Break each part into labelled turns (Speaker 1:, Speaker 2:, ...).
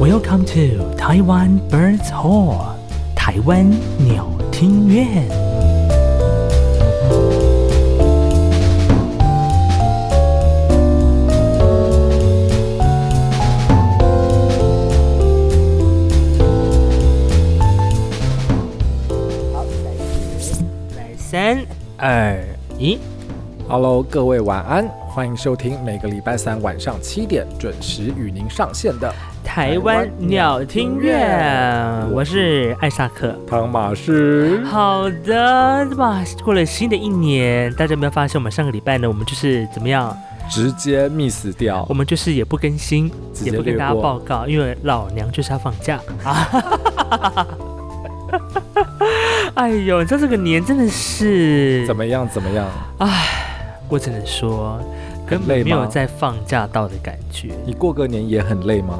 Speaker 1: Welcome to Taiwan Birds Hall，台湾鸟听院。来，三二一，
Speaker 2: Hello，各位晚安，欢迎收听每个礼拜三晚上七点准时与您上线的
Speaker 1: 台湾鸟听院，我是艾萨克。
Speaker 2: 汤马士。
Speaker 1: 好的，哇，过了新的一年，大家有没有发现我们上个礼拜呢？我们就是怎么样？
Speaker 2: 直接 miss 掉
Speaker 1: 我，们就是也不更新，
Speaker 2: 直
Speaker 1: 也
Speaker 2: 接
Speaker 1: 不跟
Speaker 2: 略
Speaker 1: 大家报
Speaker 2: 过。
Speaker 1: 告，因为老娘就是要放假 啊！哎呦，你知道这个年真的是
Speaker 2: 怎么样？怎么样？
Speaker 1: 我只能说，根
Speaker 2: 累
Speaker 1: 本没有
Speaker 2: 吗
Speaker 1: 在放假到的感觉，
Speaker 2: 你过个年也很累吗？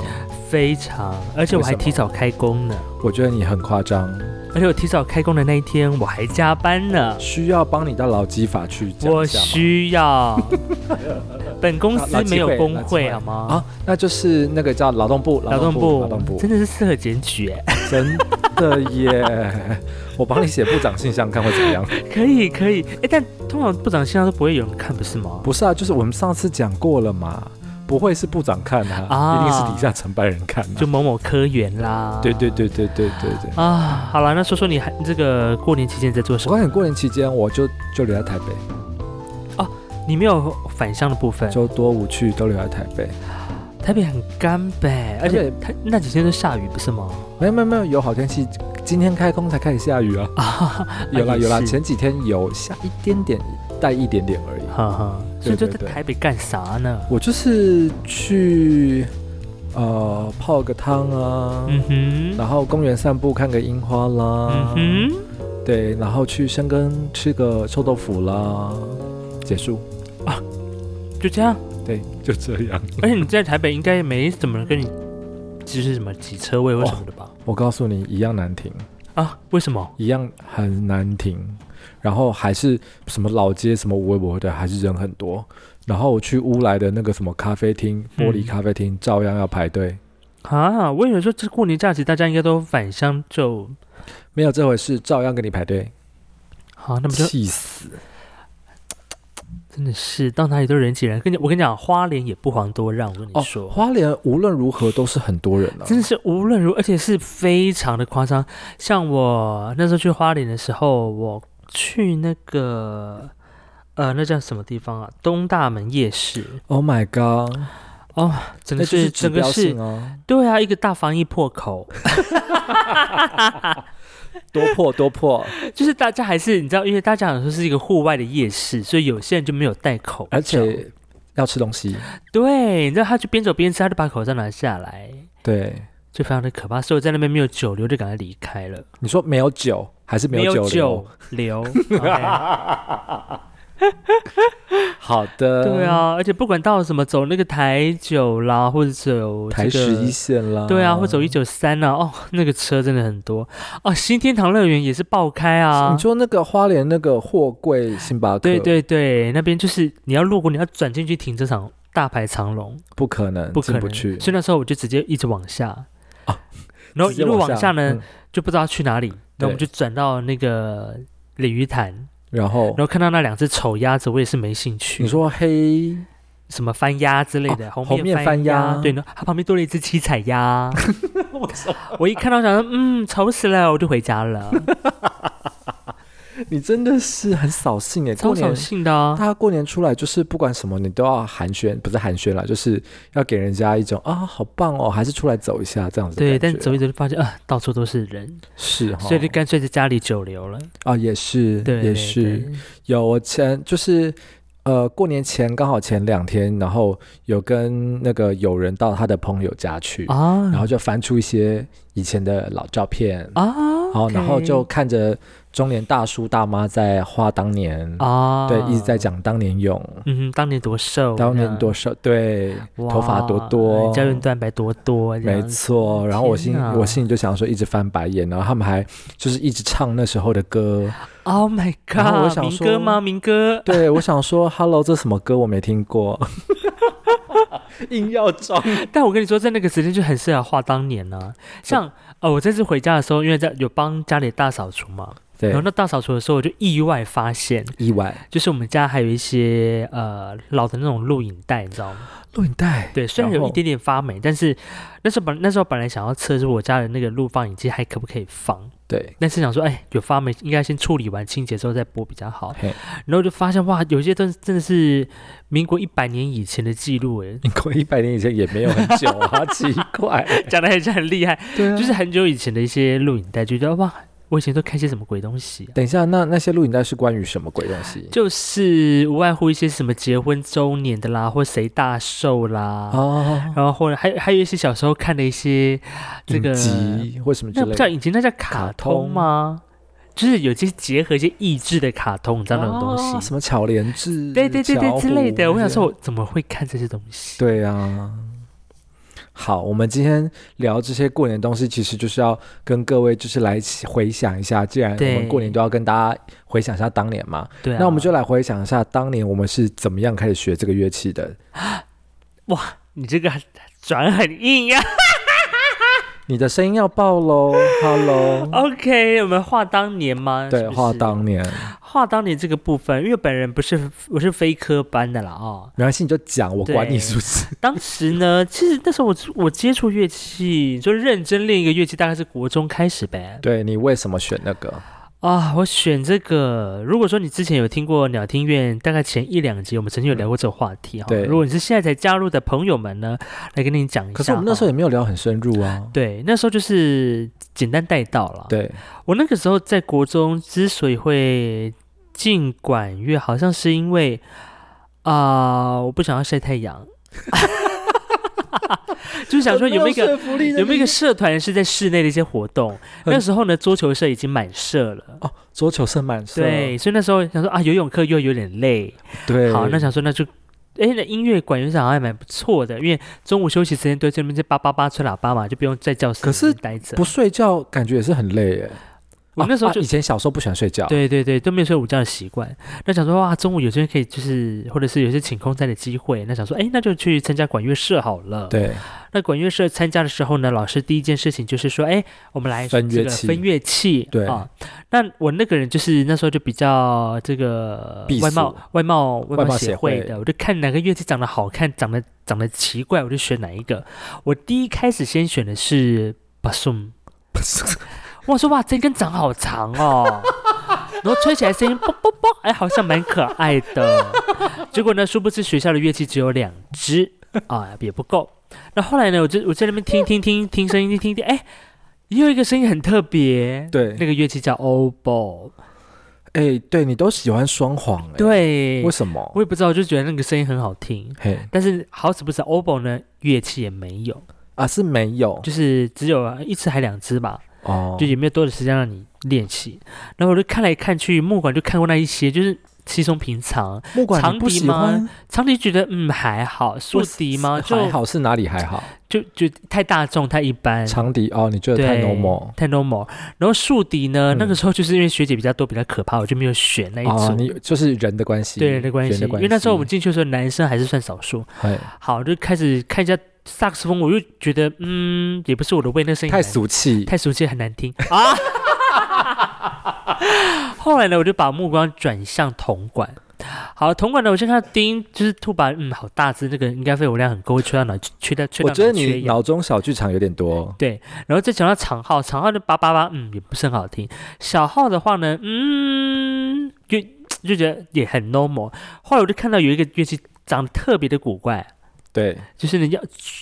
Speaker 1: 非常，而且我还
Speaker 2: 为什么
Speaker 1: 提早开工呢，
Speaker 2: 我觉得你很夸张，
Speaker 1: 而且我提早开工的那一天我还加班呢。
Speaker 2: 需要帮你到劳基法去讲
Speaker 1: 我
Speaker 2: 一下吗
Speaker 1: 需 要，本公司
Speaker 2: 劳基
Speaker 1: 没有
Speaker 2: 会
Speaker 1: 工
Speaker 2: 劳基
Speaker 1: 会
Speaker 2: 会
Speaker 1: 好吗？
Speaker 2: 啊，那就是那个叫劳动部，
Speaker 1: 劳动
Speaker 2: 部，劳动
Speaker 1: 部
Speaker 2: 部，
Speaker 1: 真的是适合检举哎，
Speaker 2: 真的耶！我帮你写部长信箱，看会怎么样？
Speaker 1: 可以可以哎，但通常部长信箱都不会有人看，不是吗？
Speaker 2: 不是啊，就是我们上次讲过了嘛，不会是部长看啊，
Speaker 1: 啊
Speaker 2: 一定是底下承办人看、啊。
Speaker 1: 就某某科员啦。
Speaker 2: 对对。对对对对对。
Speaker 1: 啊，好了，那说说你还这个过年期间在做什
Speaker 2: 我
Speaker 1: 么？
Speaker 2: 刚才过年期间，我就就留在台北，
Speaker 1: 你没有返乡的部分，
Speaker 2: 就多无趣都留在台北。
Speaker 1: 台北很干呗，而
Speaker 2: 台
Speaker 1: 且
Speaker 2: 北
Speaker 1: 它那几天都下雨，不是吗？
Speaker 2: 没有没有没有，有好天气，今天开工才开始下雨啊。
Speaker 1: 啊，
Speaker 2: 有啦
Speaker 1: 也
Speaker 2: 有啦，
Speaker 1: 是
Speaker 2: 前几天有下一点点，带一点点而已。
Speaker 1: 哈哈，所以就
Speaker 2: 对对
Speaker 1: 在
Speaker 2: 对
Speaker 1: 台北干啥呢？
Speaker 2: 我就是去呃泡个汤啊，
Speaker 1: 嗯哼，
Speaker 2: 然后公园散步看个樱花啦，
Speaker 1: 嗯哼。
Speaker 2: 对，然后去深耕吃个臭豆腐啦，结束。
Speaker 1: 就这样，
Speaker 2: 对，就这样。
Speaker 1: 而且你在台北应该也没怎么跟你，就是什么挤车位或什么的吧？
Speaker 2: 我告诉你，一样难停。
Speaker 1: 啊，为什么？
Speaker 2: 一样很难停，然后还是什么老街什么无微不的，还是人很多。然后我去乌来的那个什么咖啡厅，玻璃咖啡厅照样要排队，
Speaker 1: 啊，我以为说这过年假期大家应该都返乡就，
Speaker 2: 没有这回事，照样跟你排队，
Speaker 1: 好、那么就
Speaker 2: 气死！
Speaker 1: 真的是到哪里都人挤人。跟你我跟你讲，花莲也不遑多让。我跟你
Speaker 2: 哦
Speaker 1: 说，，
Speaker 2: 花莲无论如何都是很多人啊，
Speaker 1: 真的是无论如，而且是非常的夸张。像我那时候去花莲的时候，我去那个呃，那叫什么地方啊？东大门夜市，
Speaker 2: Oh my god，
Speaker 1: 整
Speaker 2: 那
Speaker 1: 个
Speaker 2: 就是是
Speaker 1: 整
Speaker 2: 指
Speaker 1: 个
Speaker 2: 标
Speaker 1: 是
Speaker 2: 性，啊，
Speaker 1: 对啊，一个大防疫破口。
Speaker 2: 多破多 破，
Speaker 1: 就是大家还是你知道，因为大家好像说是一个户外的夜市，所以有些人就没有戴口罩。
Speaker 2: 而且要吃东西，
Speaker 1: 对，你知道他就边走边吃，他就把口罩拿下来，
Speaker 2: 对。
Speaker 1: 就非常的可怕。所以我在那边没有久留，就赶快离开了。
Speaker 2: 你说没有酒还是没有
Speaker 1: 有
Speaker 2: 酒流？
Speaker 1: 留 OK
Speaker 2: 好的，
Speaker 1: 对，啊，而且不管到什么走那个台九啦，或者走、这个、
Speaker 2: 台十一线啦，
Speaker 1: 对啊，或走一九三啊，哦，那个车真的很多哦。新天堂乐园也是爆开啊
Speaker 2: 你，说那个花莲那个货柜星巴克，
Speaker 1: 对，对对，那边就是你要路过，你要转进去停车场，大排长龙。
Speaker 2: 不可能，
Speaker 1: 不可
Speaker 2: 进
Speaker 1: 能
Speaker 2: 不去。
Speaker 1: 所以那时候我就直接一直往下，
Speaker 2: 啊
Speaker 1: 然后
Speaker 2: 直
Speaker 1: 一
Speaker 2: 接
Speaker 1: 路往下呢，
Speaker 2: 嗯
Speaker 1: 就不知道去哪里，然后我们就
Speaker 2: 对
Speaker 1: 转到那个鲤鱼潭，
Speaker 2: 然后
Speaker 1: 然后看到那两只丑鸭子，我也是没兴趣。
Speaker 2: 哦你说黑
Speaker 1: 什么翻鸭之类的，
Speaker 2: 啊
Speaker 1: 红
Speaker 2: 红面
Speaker 1: 翻
Speaker 2: 翻鸭
Speaker 1: 对呢，它旁边多了一只七彩 鸭，我一看到想说，嗯，丑死了，我就回家了，
Speaker 2: 你真的是很扫兴哎，
Speaker 1: 超
Speaker 2: 过
Speaker 1: 扫
Speaker 2: 年。
Speaker 1: 兴的啊。
Speaker 2: 大家过年出来就是不管什么，你都要寒暄，不是寒暄啦，就是要给人家一种啊，好棒哦，还是出来走一下这样子的
Speaker 1: 对，
Speaker 2: 感
Speaker 1: 但
Speaker 2: 觉
Speaker 1: 走一走就发现啊，到处都是人，
Speaker 2: 是哈，
Speaker 1: 所以就干脆在家里久留了。
Speaker 2: 啊也是
Speaker 1: 对，
Speaker 2: 也
Speaker 1: 对
Speaker 2: 是，
Speaker 1: 对
Speaker 2: 有，我前就是呃过年前刚好前两天，然后有跟那个友人到他的朋友家去，
Speaker 1: 啊，
Speaker 2: 然后就翻出一些以前的老照片，
Speaker 1: 啊，
Speaker 2: 好，然后
Speaker 1: OK
Speaker 2: 就看着中年大叔大妈在画当年，
Speaker 1: 啊，
Speaker 2: 对，一直在讲当年勇，
Speaker 1: 嗯哼，当年多瘦，
Speaker 2: 当年多瘦，对，
Speaker 1: 哇，
Speaker 2: 头发多多
Speaker 1: 胶原蛋白多多，这
Speaker 2: 没
Speaker 1: 样子。
Speaker 2: 错。然后我
Speaker 1: 天
Speaker 2: 心
Speaker 1: 哪
Speaker 2: 我心里就想说，一直翻白眼，然后他们还就是一直唱那时候的歌，
Speaker 1: Oh my
Speaker 2: 然后我
Speaker 1: god！
Speaker 2: 想
Speaker 1: 明
Speaker 2: 说
Speaker 1: 哥吗？明哥，
Speaker 2: 对我想说，Hello，这什么歌我没听过， 硬要装。
Speaker 1: 但我跟你说，在那个时间就很适合画当年呢、像呃，我这次回家的时候，因为在有帮家里大扫除嘛，
Speaker 2: 对
Speaker 1: 然后，那大扫除的时候，我就意外发现，
Speaker 2: 意外
Speaker 1: 就是我们家还有一些呃老的那种录影带，你知道吗？
Speaker 2: 录影带，
Speaker 1: 对，虽然有
Speaker 2: 然
Speaker 1: 一
Speaker 2: 后
Speaker 1: 点点发霉，但是那时候本那时候本来想要测试我家的那个录放影机还可不可以放，
Speaker 2: 对，
Speaker 1: 但是想说，哎，有发霉应该先处理完清洁之后再播比较好
Speaker 2: 嘿。
Speaker 1: 然后就发现哇，有一些真真的是民国一百年以前的记录，哎，
Speaker 2: 你过一百年以前也没有很久啊，奇怪，
Speaker 1: 讲的还是很厉害，
Speaker 2: 对啊
Speaker 1: 就是很久以前的一些录影带，就觉得哇，我以前都看些什么鬼东西啊、
Speaker 2: 等一下，那那些录影带是关于什么鬼东西？
Speaker 1: 就是无外乎一些什么结婚周年的啦，或谁大寿啦，
Speaker 2: 哦，
Speaker 1: 然后或者还还有一些小时候看的一些这个
Speaker 2: 影，集或什么之
Speaker 1: 那
Speaker 2: 类
Speaker 1: 不叫
Speaker 2: 的，
Speaker 1: 影集，那叫
Speaker 2: 卡
Speaker 1: 卡
Speaker 2: 通
Speaker 1: 通吗？就是有些结合一些益智的卡通，你知道那种东
Speaker 2: 哦
Speaker 1: 西，
Speaker 2: 什么巧莲智，
Speaker 1: 对对对
Speaker 2: 巧
Speaker 1: 对
Speaker 2: 虎
Speaker 1: 之类的。我想说，，我怎么会看这些东西？
Speaker 2: 对啊。好，我们今天聊这些过年的东西，其实就是要跟各位就是来回想一下，既然我
Speaker 1: 对
Speaker 2: 们过年都要跟大家回想一下当年嘛，
Speaker 1: 对啊，
Speaker 2: 那我们就来回想一下当年我们是怎么样开始学这个乐器的。
Speaker 1: 你这个转很硬啊 呀、
Speaker 2: 你的声音要爆喽，Hello，
Speaker 1: OK，我们话当年吗？
Speaker 2: 嗯对，
Speaker 1: 是不是
Speaker 2: 话当年，
Speaker 1: 话当年这个部分，因为本人不是我是非科班的啦 哦。
Speaker 2: 没关系，你就讲，我管你
Speaker 1: 对
Speaker 2: 是不是？
Speaker 1: 当时呢，其实那时候我我接触乐器，就认真练一个乐器，大概是国中开始呗。
Speaker 2: 对你为什么选那个？
Speaker 1: 啊，我选这个。如果说你之前有听过鸟听院，大概前一两集我们曾经有聊过这个话题哈、
Speaker 2: 嗯对
Speaker 1: 如果你是现在才加入的朋友们呢，来跟你哦讲一下哈。
Speaker 2: 可是我们那时候也没有聊很深入啊。
Speaker 1: 对，那时候就是简单带到了。
Speaker 2: 对，
Speaker 1: 我那个时候在国中之所以会进管乐，好像是因为啊、我不想要晒太阳， 就是想说有没有一个有没有一个社团是在室内的一些活动？
Speaker 2: 很
Speaker 1: 那时候呢，桌球社已经满社了。
Speaker 2: 哦，桌球社满社，
Speaker 1: 对，所以那时候想说啊，游泳课又有点累，
Speaker 2: 对，
Speaker 1: 好，那想说那就，哎，那音乐管乐社好像还蛮不错的，因为中午休息时间都在那边在叭叭叭吹喇叭嘛，就不用在教室
Speaker 2: 可
Speaker 1: 里
Speaker 2: 是
Speaker 1: 面待着。
Speaker 2: 不睡觉感觉也是很累耶。
Speaker 1: 我那时候
Speaker 2: 啊
Speaker 1: 就
Speaker 2: 啊以前小时候不喜欢睡觉，，
Speaker 1: 对对对，都没有睡午觉的习惯。那想说哇，中午有些可以就是，或者是有些请空餐的机会，那想说哎，那就去参加管乐社好了。，
Speaker 2: 对
Speaker 1: 那管乐社参加的时候呢，老师第一件事情就是说，哎，我们来
Speaker 2: 分
Speaker 1: 这
Speaker 2: 乐
Speaker 1: 个
Speaker 2: 器
Speaker 1: 分乐器。
Speaker 2: 对
Speaker 1: 啊，那我那个人就是那时候就比较这个
Speaker 2: 避
Speaker 1: 外貌
Speaker 2: 暑
Speaker 1: 外貌外
Speaker 2: 外
Speaker 1: 貌
Speaker 2: 貌
Speaker 1: 协
Speaker 2: 协
Speaker 1: 会
Speaker 2: 会
Speaker 1: 的，我就看哪个乐器长得好看，长得长得奇怪，我就选哪一个。我第一开始先选的是 bassoon。我说哇，这根长好长哦，然后吹起来声音啵啵啵，哎，好像蛮可爱的。 结果呢，殊不知学校的乐器只有两只啊，也不够。那后来呢，我就我在那边听听听听声音，听听听，哎，也有一个声音很特别，
Speaker 2: 对
Speaker 1: 那个乐器叫 oboe，
Speaker 2: 哎，对你都喜欢双簧，哎，，
Speaker 1: 对
Speaker 2: 为，什么？
Speaker 1: 我也不知道，我就觉得那个声音很好听。
Speaker 2: 嘿
Speaker 1: 但是好死不死，oboe 呢乐器也没有，
Speaker 2: 啊，是没有
Speaker 1: 就是只有一只还两只吧。
Speaker 2: 哦，
Speaker 1: 就也没有多的时间让你练习。然后我就看来看去，木管就看过那一些，就是稀松平常。
Speaker 2: 木管
Speaker 1: 长
Speaker 2: 你不
Speaker 1: 笛
Speaker 2: 喜
Speaker 1: 吗
Speaker 2: 欢，
Speaker 1: 长笛觉得嗯还好，竖笛吗？就
Speaker 2: 还好是哪里还好？
Speaker 1: 就就太大众太一般。
Speaker 2: 长笛哦，你觉得
Speaker 1: 对，
Speaker 2: 太 normal
Speaker 1: 太 normal。然后竖笛呢，
Speaker 2: 嗯
Speaker 1: 那个时候就是因为学姐比较多，比较可怕，我就没有选那一
Speaker 2: 哦，
Speaker 1: 组。
Speaker 2: 你就是人的关系，
Speaker 1: 对人的关系，因为那时候我们进去的时候，男生还是算少数。
Speaker 2: 哎
Speaker 1: 好，就开始看一下萨克斯风，我就觉得嗯，也不是我的味，那声音
Speaker 2: 太
Speaker 1: 很难
Speaker 2: 俗气，
Speaker 1: 太熟悉很难听啊。后来呢，我就把目光转向铜管。好，铜管呢，我先看到丁，就是兔把，嗯，好大只，那个应该肺活量很够，会吹到哪吹到吹
Speaker 2: 我
Speaker 1: 到
Speaker 2: 觉得
Speaker 1: 哪缺
Speaker 2: 你
Speaker 1: 氧。
Speaker 2: 脑中小剧场有点多，
Speaker 1: 然后再讲到长号，长号就叭叭叭，嗯，也不是很好听。小号的话呢，嗯，就就觉得也很 normal。后来我就看到有一个乐器长得特别的古怪，
Speaker 2: 对，
Speaker 1: 就是人家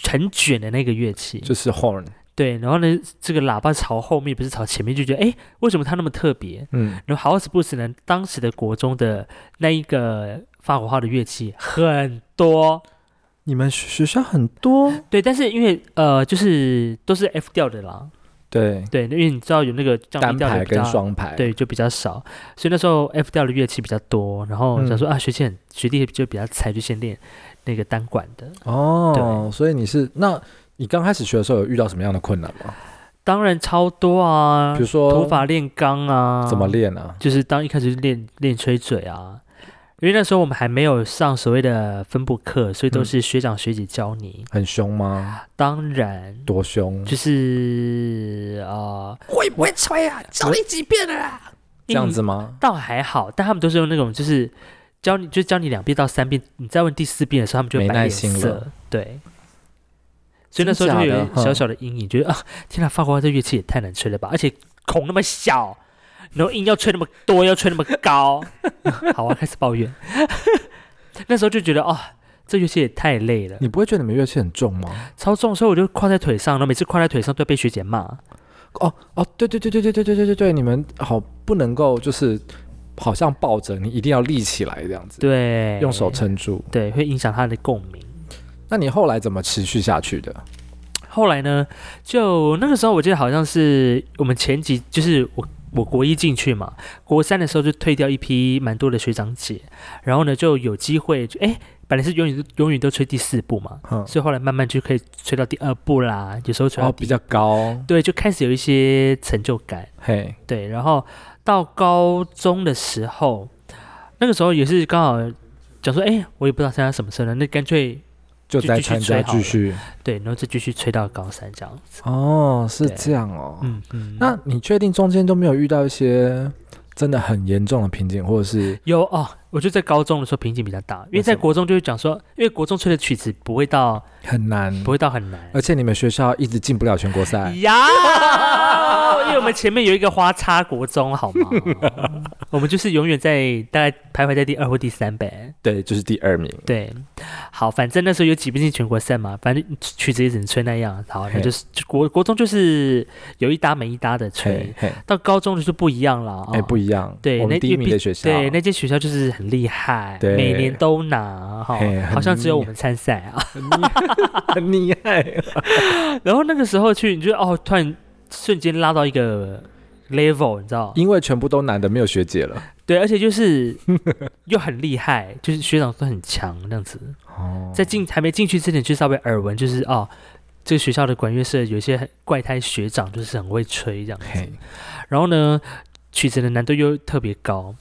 Speaker 1: 很卷的那个乐器，
Speaker 2: 就是 horn，
Speaker 1: 对。然后呢，这个喇叭朝后面，不是朝前面，就觉得哎，为什么它那么特别？
Speaker 2: 嗯，
Speaker 1: 然后好死不死呢，当时的国中的那一个法国号的乐器很多，
Speaker 2: 你们学校很多，
Speaker 1: 对，但是因为呃，就是都是 F 调的啦，
Speaker 2: 对，
Speaker 1: 对，因为你知道有那个降 B
Speaker 2: 单
Speaker 1: 调的
Speaker 2: 排
Speaker 1: 比较
Speaker 2: 跟，双排，，
Speaker 1: 对，就比较少，所以那时候 F 调的乐器比较多，然后
Speaker 2: 嗯
Speaker 1: 想说、啊，学姐很学弟就比较菜，就先练那个单管的。
Speaker 2: 哦，
Speaker 1: 对
Speaker 2: 所以你是那。你刚开始学的时候有遇到什么样的困难吗？
Speaker 1: 当然超多啊
Speaker 2: 比如，
Speaker 1: 头
Speaker 2: 说
Speaker 1: 发练钢啊，
Speaker 2: 怎么？练啊？
Speaker 1: 就是当一开始就练练吹嘴啊，因为那时候我们还没有上所谓的分部课，所以都
Speaker 2: 嗯
Speaker 1: 是学长学姐教你。
Speaker 2: 很凶吗？
Speaker 1: 当然，
Speaker 2: 多凶？
Speaker 1: 就是啊，
Speaker 2: 会不会吹啊？教你几遍了啦？这样子吗？
Speaker 1: 倒还好，但他们都是用那种就是教你就教你两遍到三遍，你再问第四遍的时候，他们就会
Speaker 2: 没
Speaker 1: 摆
Speaker 2: 耐
Speaker 1: 脸
Speaker 2: 心
Speaker 1: 色
Speaker 2: 了。
Speaker 1: 对，所以那时候就
Speaker 2: 真
Speaker 1: 有
Speaker 2: 假的
Speaker 1: 点小小的阴影，觉得啊，天哪，法国话这乐器也太难吹了吧，而且孔那么小，然后音要吹那么多，要吹那么高，好啊，开始抱怨。 那时候就觉得哦，这乐器也太累了，
Speaker 2: 你不会觉得你们乐器很重吗？
Speaker 1: 超重，所以我就跨在腿上，然后每次跨在腿上都要被学姐骂。
Speaker 2: 哦哦，对对对对对对对对对对，你们好不能够就是好像抱着你一定要立起来这样子，
Speaker 1: 对，
Speaker 2: 用手撑住。
Speaker 1: 对，会影响他的共鸣。
Speaker 2: 那你后来怎么持续下去的？
Speaker 1: 后来呢，就那个时候我记得好像是我们前几，就是我我国一进去嘛，国三的时候就退掉一批蛮多的学长姐，然后呢就有机会就哎、本来是永远永远都吹第四部嘛，
Speaker 2: 嗯，
Speaker 1: 所以后来慢慢就可以吹到第二部啦，有时候吹到
Speaker 2: 哦，
Speaker 1: 第、
Speaker 2: 比较高，
Speaker 1: 对，就开始有一些成就感。
Speaker 2: 嘿，
Speaker 1: 对，然后到高中的时候，那个时候也是刚好讲说，哎、我也不知道参加什么社了，那干脆
Speaker 2: 就再
Speaker 1: 继续
Speaker 2: 参加
Speaker 1: 吹好了
Speaker 2: 继续。
Speaker 1: 对，然后就继续吹到高三这样子。
Speaker 2: 哦，是
Speaker 1: 对
Speaker 2: 这样哦。
Speaker 1: 嗯嗯，
Speaker 2: 那你确定中间都没有遇到一些真的很严重的瓶颈，或者是
Speaker 1: 有哦，我就在高中的时候瓶颈比较大，因为
Speaker 2: 为
Speaker 1: 在
Speaker 2: 什么嗯
Speaker 1: 国中就会讲说，因为国中吹的曲子不会到
Speaker 2: 很难？嗯
Speaker 1: 不会到很难。
Speaker 2: 而且你们学校一直进不了全国赛，
Speaker 1: 呀，因为我们前面有一个花叉国中，好 吗？我们就是永远在大概徘徊在第二或第三呗。
Speaker 2: 对，就是第二名。
Speaker 1: 对，好，反正那时候有挤不进全国赛嘛，反正曲子也只能吹那样。好，那
Speaker 2: 嘿
Speaker 1: 就是就国国中就是有一搭没一搭的
Speaker 2: 嘿
Speaker 1: 吹，
Speaker 2: 嘿，
Speaker 1: 到高中就是不一样了啊。
Speaker 2: 哎，不一样。
Speaker 1: 对
Speaker 2: 我
Speaker 1: 那
Speaker 2: 们第一名的学校，
Speaker 1: 对，那间学校就是很厉害，
Speaker 2: 对
Speaker 1: 每年都拿哈
Speaker 2: 嘿，
Speaker 1: 好像
Speaker 2: 很
Speaker 1: 只有我
Speaker 2: 厉
Speaker 1: 们参赛啊。
Speaker 2: 很厉害。
Speaker 1: 然后那个时候去，你就哦，突然瞬间拉到一个 level，你知道？
Speaker 2: 因为全部都男的，没有学姐了。
Speaker 1: 对，而且就是 又很厉害，就是学长都很强这样子。
Speaker 2: 哦，
Speaker 1: 在进还没进去之前，就稍微耳闻，就是哦，这个学校的管乐社有一些怪胎学长，就是很会吹这样
Speaker 2: 嘿
Speaker 1: 子。，然后呢，曲子的难度又特别高，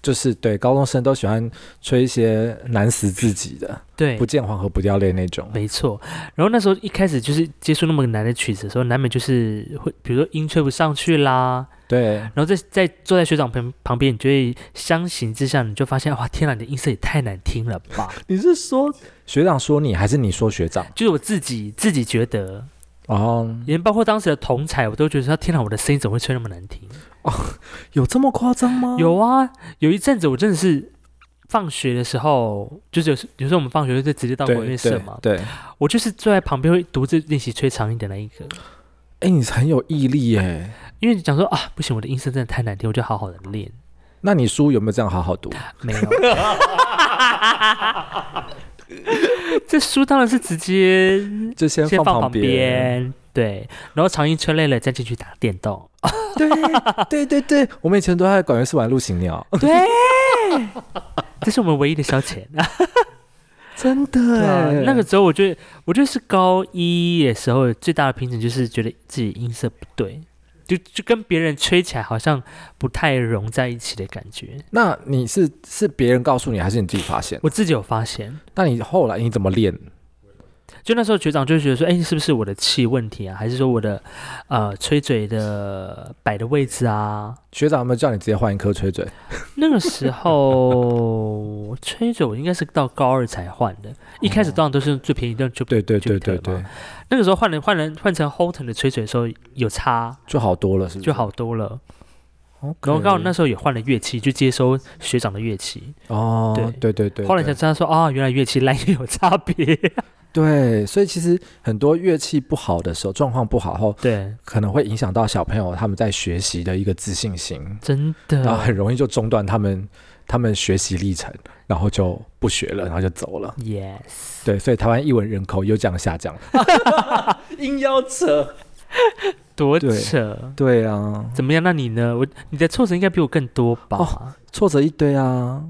Speaker 2: 就是对高中生都喜欢吹一些难死自己的，
Speaker 1: 对
Speaker 2: 不，见黄河不掉泪那种。
Speaker 1: 没错。然后那时候一开始就是接触那么难的曲子的时候，难免就是会，比如说音吹不上去啦，
Speaker 2: 对，
Speaker 1: 然后在在坐在学长旁旁边，你就会相形之下，你就发现哇，天哪，你的音色也太难听了 吧！
Speaker 2: 你是说学长说你，还是你说学长？
Speaker 1: 就是我自己自己觉得，
Speaker 2: 哦，
Speaker 1: 连包括当时的同彩，我都觉得说天哪，我的声音怎么会吹那么难听？
Speaker 2: 有这么夸张吗？
Speaker 1: 有啊，有一阵子我真的是放学的时候，就是有时有时候我们放学就直接到
Speaker 2: 对
Speaker 1: 国乐社嘛，
Speaker 2: 对，对
Speaker 1: 我就是坐在旁边会独自练习吹长音的那一个，
Speaker 2: 哎、你很有毅力耶。
Speaker 1: 因为讲说啊，不行，我的音色真的太难听，我就好好的练。
Speaker 2: 那你书有没有这样好好读？
Speaker 1: 没有。这书当然是直接
Speaker 2: 就先
Speaker 1: 先放
Speaker 2: 旁
Speaker 1: 旁。边，对，然后长音吹累了再进去打电 动，
Speaker 2: 对 对对对，我们以前都在管乐室玩陆行 鸟，
Speaker 1: 对，这是我们唯一的消遣。
Speaker 2: 真的
Speaker 1: 对啊
Speaker 2: 耶。
Speaker 1: 那个时候我觉得，我觉得是高一的时候最大的瓶颈就是觉得自己音色不对，就就跟别人吹起来好像不太融在一起的感觉。
Speaker 2: 那你是是别人告诉你，还是你自己发现？
Speaker 1: 我自己有发现，
Speaker 2: 那你后来你怎么练？
Speaker 1: 就那时候学长就觉得说，哎、是不是我的气问题啊，还是说我的呃吹嘴的摆的位置啊？
Speaker 2: 学长有没有叫你直接换一颗吹嘴？
Speaker 1: 那个时候吹嘴我应该是到高二才换的，一开始当然都是用最便宜的 j u
Speaker 2: 哦对对对
Speaker 1: Jupiter
Speaker 2: 对对
Speaker 1: 吗，那个时候换了换了换成 Holton 的吹嘴的时候有差
Speaker 2: 就好多了，是不是？
Speaker 1: 就好多了。
Speaker 2: OK。
Speaker 1: 然后刚好那时候也换了乐器，就接收学长的乐器。
Speaker 2: 哦，
Speaker 1: 对
Speaker 2: 对对对对，
Speaker 1: 后来才知道说，啊、原来乐器来也有差别。
Speaker 2: 对，所以其实很多乐器不好的时候，状况不好后，
Speaker 1: 对，
Speaker 2: 可能会影响到小朋友他们在学习的一个自信心，
Speaker 1: 真
Speaker 2: 然后
Speaker 1: 的
Speaker 2: 很容易就中断他们他们学习历程，然后就不学了，然后就走了。
Speaker 1: ，yes。
Speaker 2: 对，所以台湾译文人口又这样下降。
Speaker 1: 硬要扯，多
Speaker 2: 对
Speaker 1: 扯。
Speaker 2: 对啊，
Speaker 1: 怎么样？那你呢？我你的挫折应该比我更多吧？
Speaker 2: 挫折一堆啊。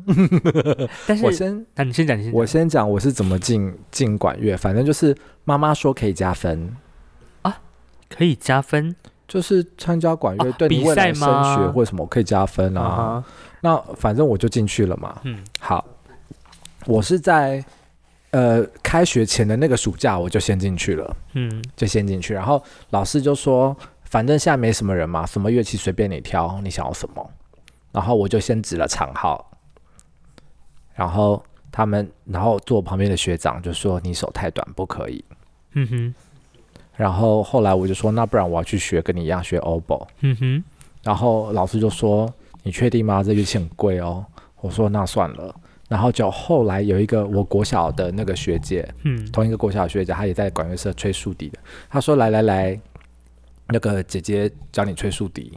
Speaker 1: 但
Speaker 2: 哦我
Speaker 1: 是，啊
Speaker 2: 先
Speaker 1: 那、你先讲，你先讲。
Speaker 2: 我先讲我是怎么进进管乐，反正就是妈妈说可以加分，
Speaker 1: 可以加分
Speaker 2: 就是参加管乐
Speaker 1: 哦
Speaker 2: 对你
Speaker 1: 比
Speaker 2: 未
Speaker 1: 赛
Speaker 2: 来升学
Speaker 1: 吗
Speaker 2: 或什么可以加分啊。
Speaker 1: 啊哈！
Speaker 2: 那反正我就进去了嘛。
Speaker 1: 嗯，
Speaker 2: 好，我是在呃开学前的那个暑假我就先进去了，
Speaker 1: 嗯
Speaker 2: 就先进去，然后老师就说，反正现在没什么人嘛，什么乐器随便你挑，你想要什么，然后我就先指了长号，然后他们，然后坐我旁边的学长就说你手太短不可以，
Speaker 1: 嗯哼
Speaker 2: 然后后来我就说那不然我要去学跟你一样学 oboe，
Speaker 1: 嗯哼，
Speaker 2: 然后老师就说：“你确定吗？这乐器很贵哦。”我说：“那算了。”然后就后来有一个我国小的那个学姐，
Speaker 1: 嗯
Speaker 2: 同一个国小的学姐，她也在管乐社吹竖笛的。她说：“来来来，那个姐姐教你吹竖笛。”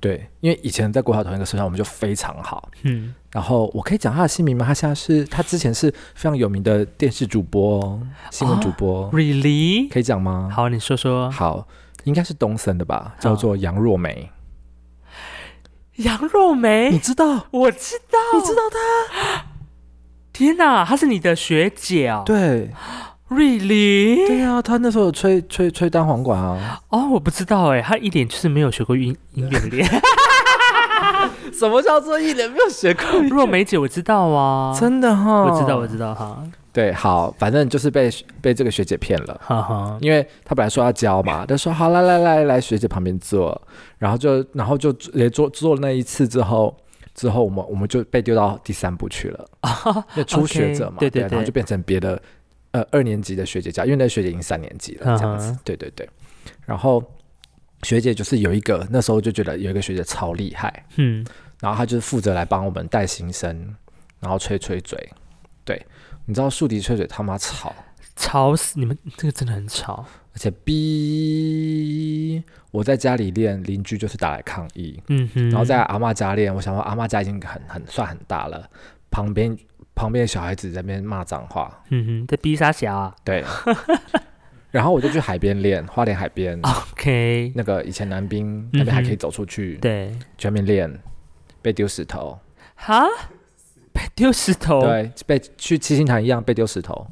Speaker 2: 对，因为以前在国小同一个社团，我们就非常好。
Speaker 1: 嗯，
Speaker 2: 然后我可以讲她的姓名吗？她现在是她之前是非常有名的电视主播哦、新闻主播，
Speaker 1: Really？
Speaker 2: 可以讲吗？
Speaker 1: 好，你说说。
Speaker 2: 哦好，应该是东森的吧，
Speaker 1: 好
Speaker 2: 叫做杨若梅。
Speaker 1: 羊肉
Speaker 2: 你
Speaker 1: 梅，
Speaker 2: 知道？
Speaker 1: 我知道，你知道她？天哪，她是你的学姐哦。
Speaker 2: 对，
Speaker 1: ，Really？
Speaker 2: 对啊，他那时候有吹吹吹单簧管啊。
Speaker 1: 哦，我不知道哎，她一点就是没有学过音音乐的 脸。
Speaker 2: 什么叫做一点没有学过？
Speaker 1: 若梅姐，我知道啊，
Speaker 2: 真的哈、
Speaker 1: 我知道，我知道哈，
Speaker 2: 对，好，反正就是被被这个学姐骗了。
Speaker 1: 哈哈，
Speaker 2: 因为他本来说要教嘛，他说好来来来来学姐旁边坐，然后就然后就也做做了那一次之后，之后我们我们就被丢到第三部去了，因为初学者嘛，
Speaker 1: 哦对对
Speaker 2: 然后
Speaker 1: 对
Speaker 2: 就变成别的呃二年级的学姐教，因为那学姐已经三年级了，这样子
Speaker 1: 嗯哼，
Speaker 2: 对对对，然后学姐就是有一个那时候就觉得有一个学姐超厉害，
Speaker 1: 嗯
Speaker 2: 然后她就是负责来帮我们带新生，然后吹吹嘴，对，你知道竖笛吹嘴他妈吵。
Speaker 1: 吵死你们，这个真的很吵。
Speaker 2: 而且逼我在家里练，邻居就是打来抗议，
Speaker 1: 嗯哼，
Speaker 2: 然后在阿嬷家练，我想说阿嬷家已经很很算很大了，旁边旁边的小孩子在那边骂脏话，
Speaker 1: 嗯哼，在逼杀侠啊
Speaker 2: 对， 然后我就去海边练，花莲海边、
Speaker 1: 哦，OK，
Speaker 2: 那个以前南滨那边还可以走出去，
Speaker 1: 嗯对，
Speaker 2: 去那边练，被丢石头，
Speaker 1: 哈，被丢石头，
Speaker 2: 对，被去七星潭一样被丢石头，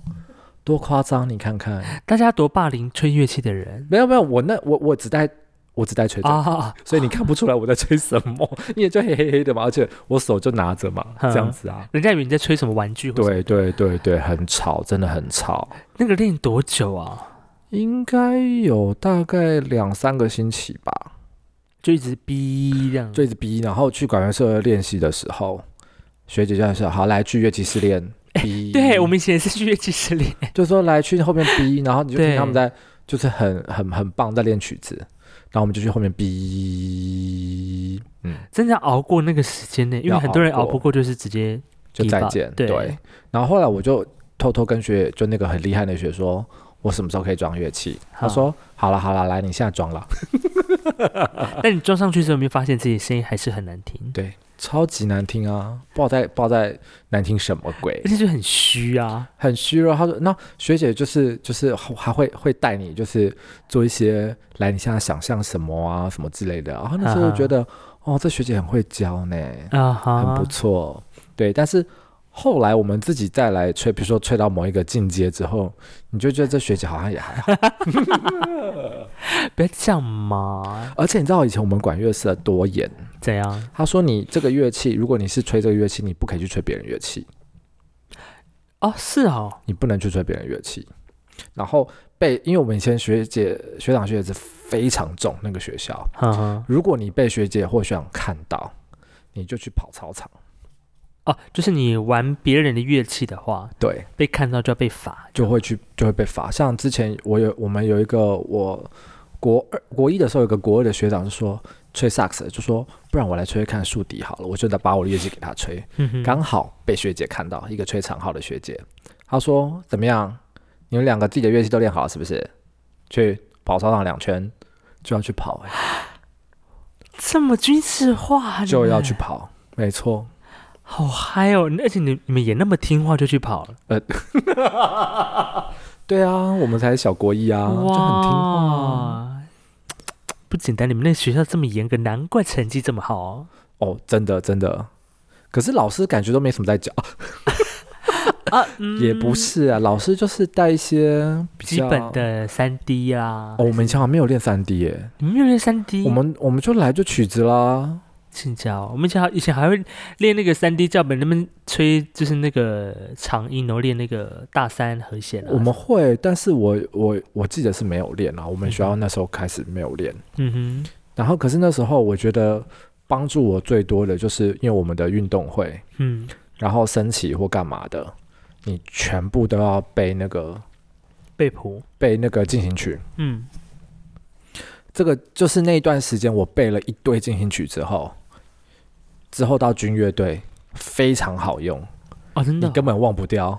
Speaker 2: 多夸张，你看看，
Speaker 1: 大家多霸凌吹乐器的人
Speaker 2: 没有没有，我那我我只带我只带吹奏。
Speaker 1: 啊，
Speaker 2: 所以你看不出来我在吹什么，你也就黑黑黑的嘛，而且我手就拿着嘛，
Speaker 1: 嗯
Speaker 2: 这样子啊。
Speaker 1: 人家以为你在吹什么玩具，，
Speaker 2: 对对对对，很吵，真的很吵。
Speaker 1: 那个练多久啊？
Speaker 2: 应该有大概两三个星期吧，
Speaker 1: 就一直逼这样，
Speaker 2: 就一直逼，然后去管乐社练习的时候，学姐就在说：“好，来去乐器室练。”逼，
Speaker 1: 对我们以前也是去乐器室练，
Speaker 2: 就说来去后面 逼，然后你就听
Speaker 1: 对
Speaker 2: 他们在就是很很很棒在练曲子，然后我们就去后面逼，嗯，
Speaker 1: 真的要熬过那个时间呢，因为
Speaker 2: 要
Speaker 1: 很多人
Speaker 2: 熬
Speaker 1: 熬
Speaker 2: 过
Speaker 1: 不过就是直接，
Speaker 2: 就
Speaker 1: 地
Speaker 2: 再
Speaker 1: 方
Speaker 2: 见。
Speaker 1: 对
Speaker 2: 然后后来我就偷偷跟学姐，就那个很厉害的学姐说，我什么时候可以装乐器？
Speaker 1: 好
Speaker 2: 她说好了好了，来你现在装了，
Speaker 1: 但你装上去之后，有没有发现自己的声音还是很难听？
Speaker 2: 对，超级难听啊，不知道在不知道在难听什么鬼
Speaker 1: 而，且就很虚啊，
Speaker 2: 很虚弱。她说那学姐就是就是还会会带你就是做一些来你现在想象什么啊什么之类的，然后那时候
Speaker 1: 啊
Speaker 2: 我
Speaker 1: 哈
Speaker 2: 觉得、哦这学姐很会教呢，
Speaker 1: 啊哈，
Speaker 2: 很不错。对，但是后来我们自己再来吹，比如说吹到某一个境界之后，你就觉得这学姐好像也还好。
Speaker 1: 不要这样嘛，
Speaker 2: 而且你知道以前我们管乐社多严，
Speaker 1: 怎样？
Speaker 2: 他说你这个乐器，如果你是吹这个乐器，你不可以去吹别人乐器，
Speaker 1: 哦，是哦，
Speaker 2: 你不能去吹别人乐器。然后被，因为我们以前学姐、学长、学姐是非常重那个学校，
Speaker 1: 哈哈，
Speaker 2: 如果你被学姐或学长看到，你就去跑操场，
Speaker 1: 哦，就是你玩别人的乐器的话，
Speaker 2: 对，
Speaker 1: 被看到就要被罚，
Speaker 2: 就会去就会被罚。像之前我有我们有一个我国二国一的时候，有个国二的学长就说吹萨克斯，就说不然我来吹吹看竖笛好了，我就把我的乐器给他吹。
Speaker 1: 嗯哼，
Speaker 2: 刚好被学姐看到，一个吹长号的学姐，她说：“怎么样？你们两个自己的乐器都练好了是不是？去跑操场两圈，就要去跑、欸
Speaker 1: 这么军事化，
Speaker 2: 就
Speaker 1: 你
Speaker 2: 要
Speaker 1: 们
Speaker 2: 去跑，没错。
Speaker 1: 好嗨哦！而且你你们也那么听话就去跑了，
Speaker 2: 对啊，我们才小国一啊，就很听话啊。
Speaker 1: 哇不简单，你们那学校这么严格，难怪成绩这么好哦。
Speaker 2: 哦，真的真的。可是老师感觉都没什么在教，
Speaker 1: 啊，嗯
Speaker 2: 也不是啊，老师就是带一些比
Speaker 1: 基
Speaker 2: 较
Speaker 1: 本。的三 D 啊啦
Speaker 2: 哦哦，，我们以前好像没有练三 D 耶，
Speaker 1: 你们没有练三 D，
Speaker 2: 我们我们就来就曲子啦，
Speaker 1: 性交，我们以前还以前还会练那个三 D 教本，那边吹就是那个长音，然后练那个大三和弦啊。
Speaker 2: 我们会，但是我我我记得是没有练啊，我们学校那时候开始没有练。
Speaker 1: 嗯
Speaker 2: 然后可是那时候我觉得帮助我最多的就是因为我们的运动会，
Speaker 1: 哼，嗯，
Speaker 2: 然后升旗或干嘛的，你全部都要背那个
Speaker 1: 背谱，
Speaker 2: 背那个进行曲。
Speaker 1: 嗯，
Speaker 2: 这个就是那一段时间我背了一堆进行曲之后，之后到军乐队非常好用，
Speaker 1: 哦，真的
Speaker 2: 你
Speaker 1: 哦，
Speaker 2: 根本忘不掉。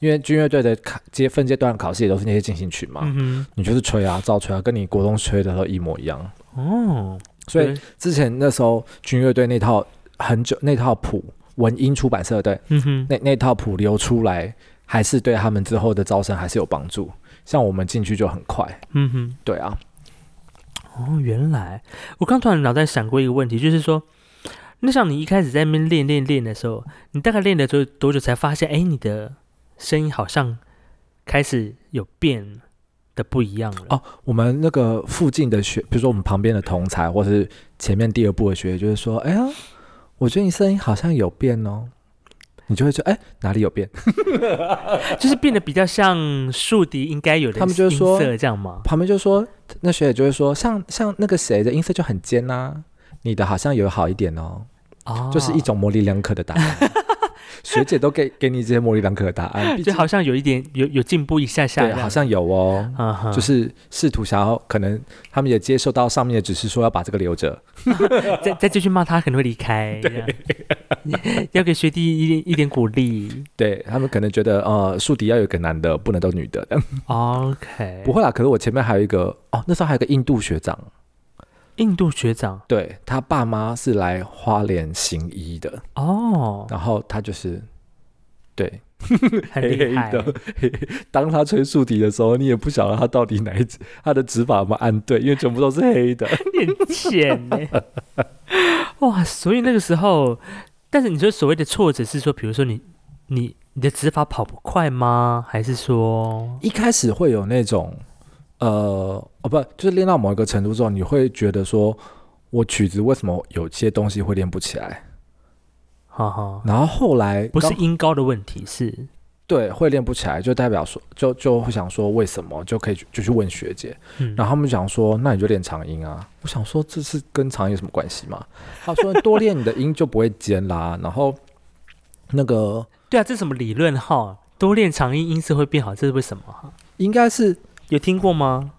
Speaker 2: 因为军乐队的考接分阶段考试也都是那些进行曲嘛，
Speaker 1: 嗯
Speaker 2: 你就是吹啊，照吹啊，跟你国中吹的都一模一样。
Speaker 1: 哼，哦，
Speaker 2: 所以
Speaker 1: 对，
Speaker 2: 之前那时候军乐队那套很久那套谱，文音出版社对
Speaker 1: 嗯哼，
Speaker 2: 那那套谱流出来，还是对他们之后的招生还是有帮助。像我们进去就很快，
Speaker 1: 嗯哼。
Speaker 2: 对啊，
Speaker 1: 哦，原来我刚突然脑袋闪过一个问题，就是说，那像你一开始在那边练练练的时候，你大概练了多多久才发现，哎，你的声音好像开始有变的不一样了？
Speaker 2: 哦我们那个附近的学，比如说我们旁边的同才，或是前面第二部的学姐，就是说，哎呀，我觉得你声音好像有变哦，你就会说，哎，哪里有变？
Speaker 1: 就是变得比较像竖笛应该有的
Speaker 2: 他们就
Speaker 1: 音
Speaker 2: 说
Speaker 1: 色这样吗？
Speaker 2: 旁边就说，那学姐就会说，像像那个谁的音色就很尖啦、你的好像有好一点哦。
Speaker 1: 哦，
Speaker 2: 就是一种模棱两可的 答案。学姐都给给你这些模棱两可的答案，毕
Speaker 1: 就
Speaker 2: 竟
Speaker 1: 好像有一点有有进步一下下这
Speaker 2: 对，
Speaker 1: 样，
Speaker 2: 好像有哦。
Speaker 1: 嗯哼，
Speaker 2: 就是试图想要，可能他们也接受到上面的指示，说要把这个留着。
Speaker 1: 再再继续骂他可能会离 开，这样要给学弟一点一点鼓励。
Speaker 2: 对他们可能觉得，呃，竖笛要有个男的，不能都女的。
Speaker 1: OK，
Speaker 2: 不会啦，可是我前面还有一个，哦，那时候还有一个印度学长，
Speaker 1: 印度学长
Speaker 2: 对他爸妈是来花莲行医的，
Speaker 1: 哦，
Speaker 2: 然后他就是，对，
Speaker 1: 很
Speaker 2: 黑黑
Speaker 1: 厉害。
Speaker 2: 的。嘿嘿 当他吹竖笛的时候，你也不晓得他到底哪一指，他的指法有没有按对，因为全部都是 黑的。
Speaker 1: 很浅呢、 哇，所以那个时候，但是你说所谓的挫折是说，比如说你你你的指法跑不快吗？还是说，
Speaker 2: 一开始会有那种，呃，哦不，就是练到某一个程度之后，你会觉得说，我曲子为什么有些东西会练不起来？
Speaker 1: 哈哈，
Speaker 2: 然后后来
Speaker 1: 不是
Speaker 2: 刚
Speaker 1: 音高的问题，是
Speaker 2: 对会练不起来，就代表说，就就会想说为什么，就可以去就去问学姐，
Speaker 1: 嗯
Speaker 2: 然后他们讲说，那你就练长音啊。我想说这是跟长音有什么关系吗？他说多练你的音就不会尖啦，然后那个
Speaker 1: 对啊，这是什么理论哈？多练长音，音色会变好，这是为什么哈？
Speaker 2: 应该是
Speaker 1: 有听过吗？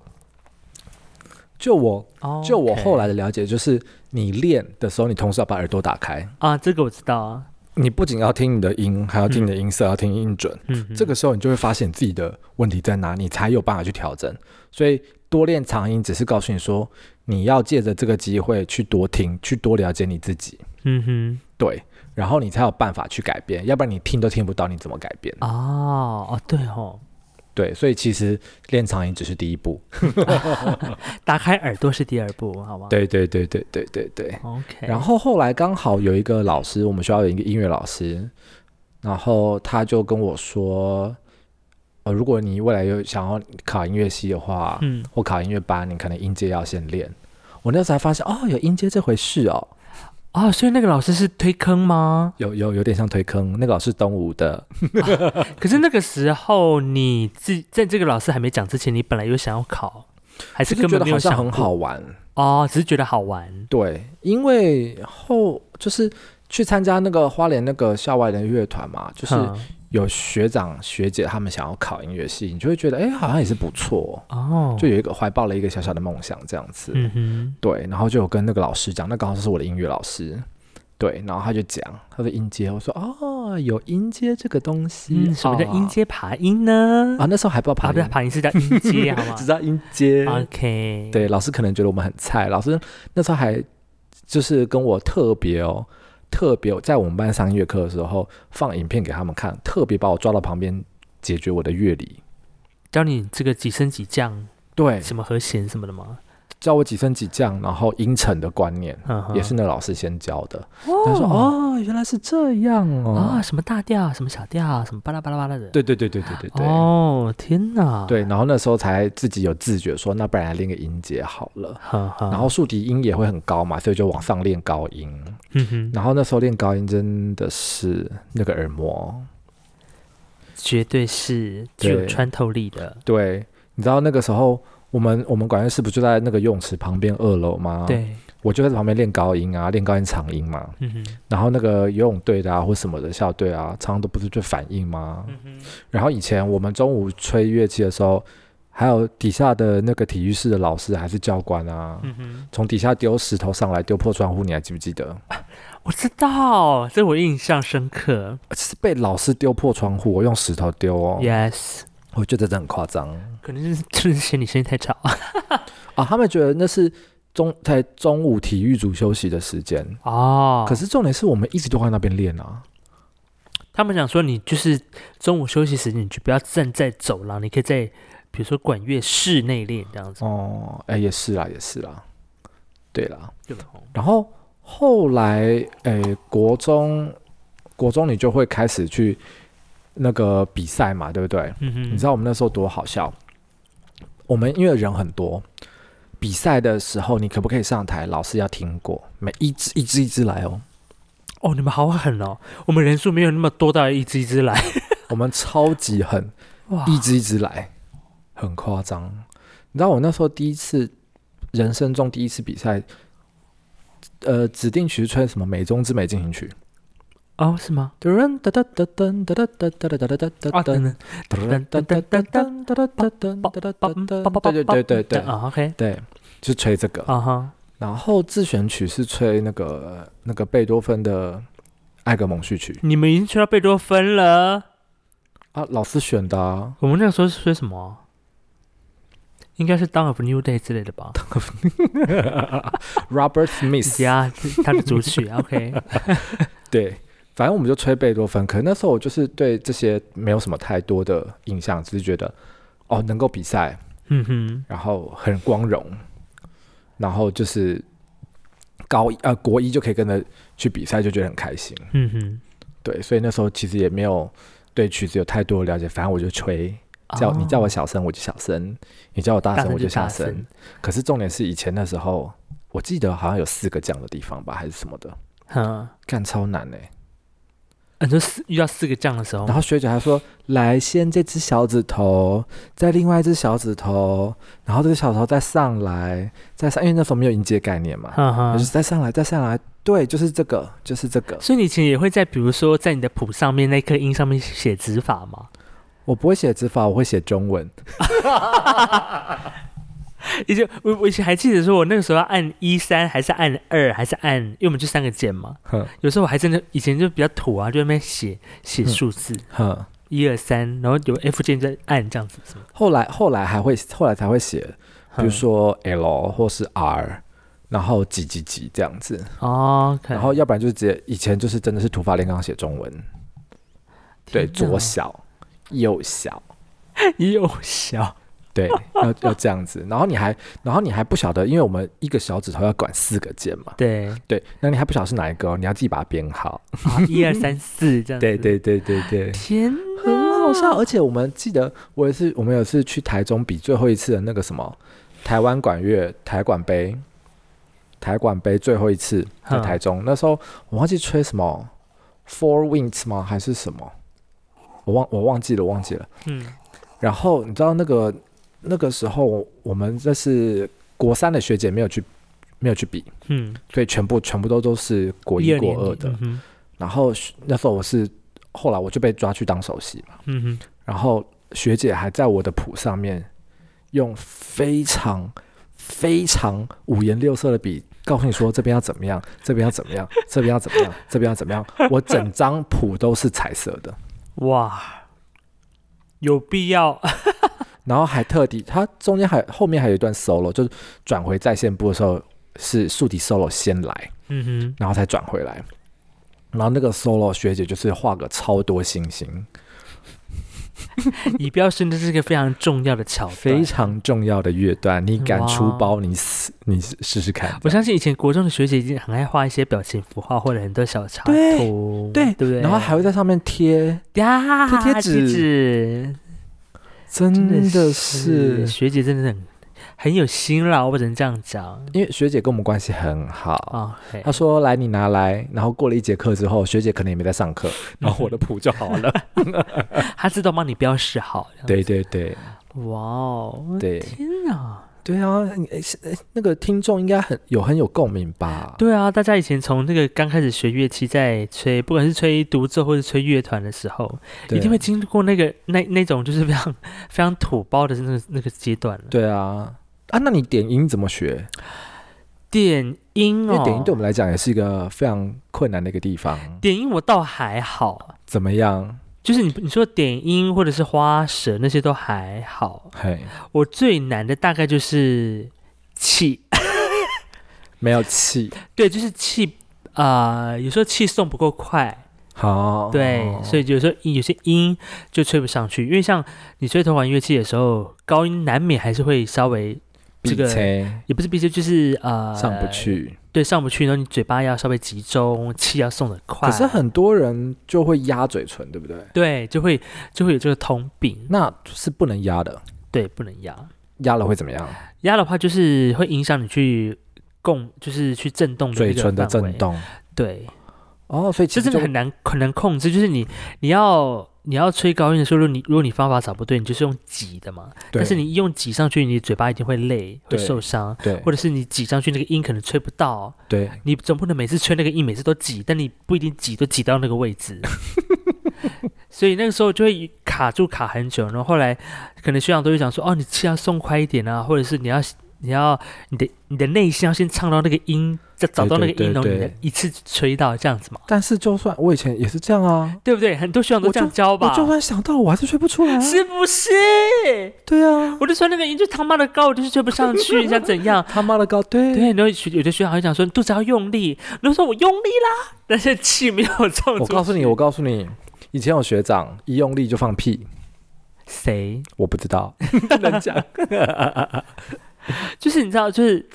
Speaker 2: 就我
Speaker 1: 哦，
Speaker 2: 就我
Speaker 1: OK
Speaker 2: 后来的了解，就是你练的时候，你同时要把耳朵打开。
Speaker 1: 啊，这个我知道啊，
Speaker 2: 你不仅要听你的音，还要听你的音色，要听音准。
Speaker 1: 嗯，
Speaker 2: 这个时候你就会发现自己的问题在哪，你才有办法去调整。所以多练长音只是告诉你说，你要借着这个机会去多听，去多了解你自己，
Speaker 1: 嗯
Speaker 2: 对，然后你才有办法去改变。要不然你听都听不到，你怎么改变？
Speaker 1: 哼，哦哦，对哦，
Speaker 2: 对，所以其实练长音只是第一步。
Speaker 1: 打开耳朵是第二步，好吗？
Speaker 2: 对对对对对对对。
Speaker 1: ，OK，
Speaker 2: 然后后来刚好有一个老师，我们学校有一个音乐老师，然后他就跟我说，呃，如果你未来有想要考音乐系的话，
Speaker 1: 嗯，
Speaker 2: 或考音乐班，你可能音阶要先练。我那时候才发现，哦，有音阶这回事哦，
Speaker 1: 哦，所以那个老师是推坑吗？
Speaker 2: 有有有点像推坑。那个老师东吴的，
Speaker 1: 可是那个时候你自在这个老师还没讲之前，你本来有想要考，还是
Speaker 2: 就
Speaker 1: 根
Speaker 2: 是
Speaker 1: 本
Speaker 2: 觉得
Speaker 1: 没有
Speaker 2: 好像
Speaker 1: 想
Speaker 2: 很好玩。
Speaker 1: 哦，只是觉得好玩。
Speaker 2: 对，因为后就是去参加那个花莲那个校外的乐团嘛，就是
Speaker 1: 哼
Speaker 2: 有学长学姐他们想要考音乐系，你就会觉得，哎，好像也是不错
Speaker 1: 哦，
Speaker 2: 哦、就有一个怀抱了一个小小的梦想这样子，
Speaker 1: 嗯哼，
Speaker 2: 对，然后就有跟那个老师讲，那刚好是我的音乐老师，对，然后他就讲他的音阶，我说哦，有音阶这个东西，
Speaker 1: 嗯，什么叫
Speaker 2: 啊
Speaker 1: 音阶爬音呢？
Speaker 2: 啊？那时候还不知道
Speaker 1: 爬
Speaker 2: 爬
Speaker 1: 不是
Speaker 2: 音，
Speaker 1: 爬音是叫音阶，好吗 啊
Speaker 2: 只知道音阶，
Speaker 1: ？OK，，
Speaker 2: 对，老师可能觉得我们很菜，老师那时候还就是跟我特别哦，特别在我们班上音乐课的时候放影片给他们看，特别把我抓到旁边解决我的乐理，
Speaker 1: 教你这个几升几降，
Speaker 2: 对，
Speaker 1: 什么和弦什么的吗？
Speaker 2: 教我几升几降，然后音程的观念。
Speaker 1: 嗯哼
Speaker 2: 也是那老师先教的，他说哦，原来是这样哦
Speaker 1: 啊，，什么大调，什么小调，什么巴拉巴拉巴拉的。
Speaker 2: 对对对对对对对，
Speaker 1: 哦，天哪！，
Speaker 2: 对，然后那时候才自己有自觉说，那不然来练个音节好了。
Speaker 1: 哈哈。
Speaker 2: 然后竖笛音也会很高嘛，所以就往上练高音。
Speaker 1: 嗯哼，
Speaker 2: 然后那时候练高音真的是那个耳膜，
Speaker 1: 绝对是具有
Speaker 2: 对
Speaker 1: 穿透力的。
Speaker 2: 对，你知道那个时候我们我们管乐室不就在那个游泳池旁边二楼吗？，
Speaker 1: 对，
Speaker 2: 我就在旁边练高音啊，练高音长音嘛。
Speaker 1: 嗯哼，
Speaker 2: 然后那个游泳队的啊或什么的校队啊，常常都不是就反应吗？
Speaker 1: 嗯哼，
Speaker 2: 然后以前我们中午吹乐器的时候，还有底下的那个体育室的老师还是教官啊，
Speaker 1: 嗯哼，
Speaker 2: 从底下丢石头上来丢破窗户，你还记不记得？
Speaker 1: 我知道，这我印象深刻。
Speaker 2: 是被老师丢破窗户，我用石头丢哦
Speaker 1: Yes，
Speaker 2: 我觉得这很夸张
Speaker 1: 可能是就是嫌你声音太吵。
Speaker 2: 啊！他们觉得那是中在中午体育组休息的时间，
Speaker 1: 哦，
Speaker 2: 可是重点是我们一直都在那边练啊。
Speaker 1: 他们想说你就是中午休息时间，你就不要站在走廊，你可以在比如说管乐室内练这样子。
Speaker 2: 哦，哎，也是啦，也是啦，对啦。
Speaker 1: 对吧
Speaker 2: 然后后来，哎，国中国中你就会开始去那个比赛嘛，对不对？
Speaker 1: 嗯哼，
Speaker 2: 你知道我们那时候多好笑？我们因为人很多，比赛的时候你可不可以上台？老师要听过，每一只一只一只来哦。
Speaker 1: 哦，你们好狠哦！我们人数没有那么多到一只一只来。
Speaker 2: 我们超级狠，
Speaker 1: 哇
Speaker 2: 一只一只来，很夸张。你知道我那时候第一次人生中第一次比赛，呃，指定曲是吹什么《美中之美进行曲》。
Speaker 1: 哦，是吗？
Speaker 2: 噔噔噔噔噔噔噔噔噔噔
Speaker 1: 啊，等
Speaker 2: 噔
Speaker 1: 等，
Speaker 2: 噔噔噔噔噔噔噔噔噔对对对对对
Speaker 1: 啊，OK，
Speaker 2: 对，就吹这个。
Speaker 1: 啊哈，
Speaker 2: 然后自选曲是吹那个那个贝多芬的《艾格蒙序曲
Speaker 1: 你们已经吹到贝多芬了。》
Speaker 2: 啊，老师选的、啊。
Speaker 1: 我们那个时候是吹什么？应该是《Dawn of New Day》之类的吧？
Speaker 2: Robert Smith，
Speaker 1: 呀，啊他的主 曲，OK，
Speaker 2: 对，反正我们就吹贝多芬。可能那时候我就是对这些没有什么太多的印象，只是觉得哦能够比赛，
Speaker 1: 嗯哼，
Speaker 2: 然后很光荣，然后就是高一呃国一就可以跟着去比赛，就觉得很开心。
Speaker 1: 嗯哼，
Speaker 2: 对，所以那时候其实也没有对曲子有太多的了解，反正我就吹。叫你
Speaker 1: 哦
Speaker 2: 叫我小声我就小声，你叫我大
Speaker 1: 大
Speaker 2: 声
Speaker 1: 声
Speaker 2: 我
Speaker 1: 就
Speaker 2: 就
Speaker 1: 大
Speaker 2: 小
Speaker 1: 声
Speaker 2: 声。可是重点是以前的时候，我记得好像有四个这样的地方吧，还是什么的，
Speaker 1: 嗯，
Speaker 2: 干超难哎、
Speaker 1: 啊你说四遇到四个酱的时候
Speaker 2: 然，后学姐还说，来先这只小指头，再另外一只小指头，然后这只小指头再上来，再上，因为那时候没有音阶概念嘛，
Speaker 1: 哈哈
Speaker 2: 就。是再上来，再上来，对，就是这个，就是这个。
Speaker 1: 所以你以前也会在，比如说在你的谱上面那颗音上面写指法吗？
Speaker 2: 我不会写指法，我会写中文。
Speaker 1: 以前我我以前还记得说，我那个时候要按一三，还是按二，还是按，因为我们就三个键嘛。
Speaker 2: 哼
Speaker 1: 有时候我还真的以前就比较土啊，就在那边写写
Speaker 2: 嗯
Speaker 1: 数字
Speaker 2: 哼。
Speaker 1: 一二三，然后有 F 键在按这样子什么。
Speaker 2: 后来后来还会后来才会写，比如
Speaker 1: 嗯
Speaker 2: 说 L 或是 R，然后几几几这样子，
Speaker 1: 哦，
Speaker 2: 然后要不然就是直接以前就是真的是土法炼钢写中文，对，左
Speaker 1: 小
Speaker 2: 小右小，
Speaker 1: 右小，
Speaker 2: 对，要要这样子，然后你还然后你还不晓得，因为我们一个小指头要管四个键嘛，
Speaker 1: 对，
Speaker 2: 对，那你还不晓得是哪一个、哦，你要自己把它编好，
Speaker 1: 啊，一二三 四这样。
Speaker 2: 对，对对对对。
Speaker 1: 天
Speaker 2: 很好
Speaker 1: 哪，
Speaker 2: 笑，而且我们记得，我也是，我们有一次去台中比最后一次的那个什么台湾管乐台管杯，台管杯最后一次在
Speaker 1: 嗯
Speaker 2: 台中，那时候我忘记吹什么 Four Winds 吗？还是什么？我忘我忘记了，忘记了。
Speaker 1: 嗯，
Speaker 2: 然后你知道那个那个时候，我们这是国三的学姐没有去没有去比，
Speaker 1: 嗯，
Speaker 2: 所以全部全部都都是国一
Speaker 1: 二
Speaker 2: 国
Speaker 1: 年
Speaker 2: 二
Speaker 1: 级
Speaker 2: 的。
Speaker 1: 嗯
Speaker 2: 然后那时候我是后来我就被抓去当首席嘛。
Speaker 1: 哼嗯哼，
Speaker 2: 然后学姐还在我的谱上面用非常非常五颜六色的笔告诉你说这边要怎么样，这边要怎么样，这边要怎么样，这边要怎么样。我整张谱都是彩色的，
Speaker 1: 哇，有必要？
Speaker 2: 然后还特地，它中间还后面还有一段 solo，就是转回在线部的时候是竖笛 solo 先来，
Speaker 1: 嗯
Speaker 2: 然后才转回来。然后那个 solo 学姐就是画个超多星星，
Speaker 1: 以标识这是一个非常重要的桥段
Speaker 2: 非。常重要的乐段，你敢
Speaker 1: 哇
Speaker 2: 出包，你死，你试试看。
Speaker 1: 我相信以前国中的学姐已经很爱画一些表情符号或者很多小插
Speaker 2: 对
Speaker 1: 图，
Speaker 2: 对
Speaker 1: 对不对？
Speaker 2: 然后还会在上面贴，
Speaker 1: 呀
Speaker 2: 贴贴纸嗯
Speaker 1: 纸，
Speaker 2: 真
Speaker 1: 真
Speaker 2: 的
Speaker 1: 是
Speaker 2: 是，
Speaker 1: 学姐真的很很有心了，我只能这样讲
Speaker 2: 因为学姐跟我们关系很好。
Speaker 1: 啊。嘿
Speaker 2: 她说：“来，你拿来。”然后过了一节课之后，学姐可能也没在上课， 然后我的谱就好了。
Speaker 1: 她自动帮你标示好，这样
Speaker 2: 对对对
Speaker 1: 哇哦，
Speaker 2: 对
Speaker 1: 天哪！
Speaker 2: 对啊！你诶是诶那个听众应该很有很有共鸣吧？
Speaker 1: 对啊，大家以前从那个刚开始学乐器，在吹，不管是吹独奏或者吹乐团的时候，
Speaker 2: 对
Speaker 1: 一定会经过那个那那种就是非常 非常土包的那个那个阶段了。
Speaker 2: 对啊啊！那你点音怎么学？
Speaker 1: 点音
Speaker 2: 因
Speaker 1: 哦
Speaker 2: 为，点音对我们来讲也是一个非常困难的一个地方。
Speaker 1: 点音我倒还好，
Speaker 2: 怎么样？
Speaker 1: 就是你你说点音或者是花舌那些都还好，
Speaker 2: 嘿，
Speaker 1: 我最难的大概就是气，
Speaker 2: 没有气，
Speaker 1: 对，就是气，啊，有时候气送不够快。
Speaker 2: 好，
Speaker 1: 对，所以有时候有些音就吹不上去，因为像你吹铜管乐器的时候，高音难免还是会稍微
Speaker 2: 闭
Speaker 1: 这个
Speaker 2: 切
Speaker 1: 也不是鼻塞，就是呃
Speaker 2: 上不，去。
Speaker 1: 对，上不去，然后你嘴巴要稍微集中，气要送得快，
Speaker 2: 可是很多人就会压嘴唇，对不对？
Speaker 1: 对，就会就会有这个通病，
Speaker 2: 那是不能压的，
Speaker 1: 对，不能压，
Speaker 2: 压了会怎么样？
Speaker 1: 压的话就是会影响你去共，就是去震动
Speaker 2: 嘴
Speaker 1: 那个
Speaker 2: 唇的
Speaker 1: 范
Speaker 2: 震
Speaker 1: 围，
Speaker 2: 动。
Speaker 1: 对，
Speaker 2: 哦，所以其
Speaker 1: 这
Speaker 2: 实
Speaker 1: 真
Speaker 2: 就
Speaker 1: 的很难很难控制，就是你你要你要吹高音的时候，如果你如果你方法找不对，你就是用挤的嘛，
Speaker 2: 对
Speaker 1: 但是你一用挤上去，你嘴巴一定会累，会
Speaker 2: 对
Speaker 1: 受伤，
Speaker 2: 对
Speaker 1: 或者是你挤上去那个音可能吹不到，
Speaker 2: 对
Speaker 1: 你总不能每次吹那个音每次都挤，但你不一定挤都挤到那个位 置，所以那个时候就会卡住卡很久，然后后来可能学长都会讲说，哦，你气要送快一点啊，或者是你要你要你的你的内心要先唱到那个音，再找到那个
Speaker 2: 对对
Speaker 1: 音，然后你
Speaker 2: 对
Speaker 1: 再一次吹到这样子嘛。
Speaker 2: 但是就算我以前也是这样啊，
Speaker 1: 对不对？很多学长都
Speaker 2: 我
Speaker 1: 这
Speaker 2: 就
Speaker 1: 样教吧
Speaker 2: 我，就算想到了我还是吹不出来、啊。
Speaker 1: 是不是？
Speaker 2: 对啊，
Speaker 1: 我就说那个音就他妈的高，我就是吹不上去，你想怎样？
Speaker 2: 他妈的高，对，
Speaker 1: 对，然后学有的学长还讲说你肚子要用力，然后说我用力啦，但是气没有中。
Speaker 2: 我告诉你，我告诉你，以前有学长一用力就放屁，
Speaker 1: 谁？
Speaker 2: 我不 知道，不能讲。
Speaker 1: 就是你知道，就是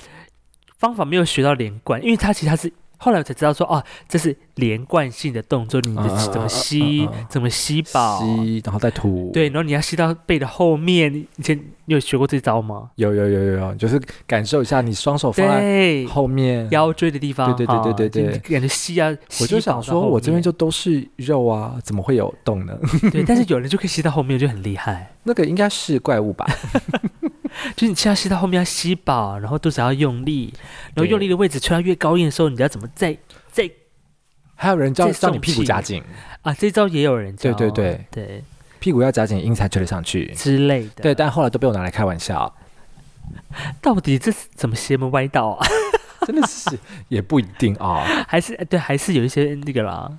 Speaker 1: 方法没有学到连贯，因为他其实他是后来我才知道说，哦，这是连贯性的动作，你的
Speaker 2: 啊啊啊
Speaker 1: 怎么吸
Speaker 2: 啊啊啊，
Speaker 1: 怎么吸饱，
Speaker 2: 吸，然后再吐。
Speaker 1: 对，，然后你要吸到背的后面。你以前你有学过这招吗？
Speaker 2: 有有有有有，就是感受一下你双手放在
Speaker 1: 对，
Speaker 2: 后面，
Speaker 1: 腰椎的地方，
Speaker 2: 对对对对对
Speaker 1: 哈
Speaker 2: 对
Speaker 1: 就感觉吸啊，
Speaker 2: 我
Speaker 1: 吸饱
Speaker 2: 就想
Speaker 1: 到
Speaker 2: 说，
Speaker 1: 后
Speaker 2: 我这边
Speaker 1: 面
Speaker 2: 就都是肉啊，怎么会有洞呢？
Speaker 1: 对，但是有人就可以吸到后面，就很厉害。
Speaker 2: 那个应该是怪 物吧？
Speaker 1: 就是你气要吸到后面要吸饱，然后肚子要用力，然后
Speaker 2: 对
Speaker 1: 用力的位置吹到越高音的时候，你要怎么再再
Speaker 2: 还有人叫
Speaker 1: 这
Speaker 2: 叫你
Speaker 1: 送
Speaker 2: 屁股
Speaker 1: 气
Speaker 2: 夹紧，
Speaker 1: 啊？这招也有人教，
Speaker 2: 对对对
Speaker 1: 对
Speaker 2: 屁股要夹紧，音才吹得上去。
Speaker 1: 之类的。啊
Speaker 2: 对，但后来都被我拿来开玩笑，
Speaker 1: 到底这是怎么邪门歪道啊？
Speaker 2: 真的是也不一定啊、
Speaker 1: 还是呃对，还是有一些那个啦。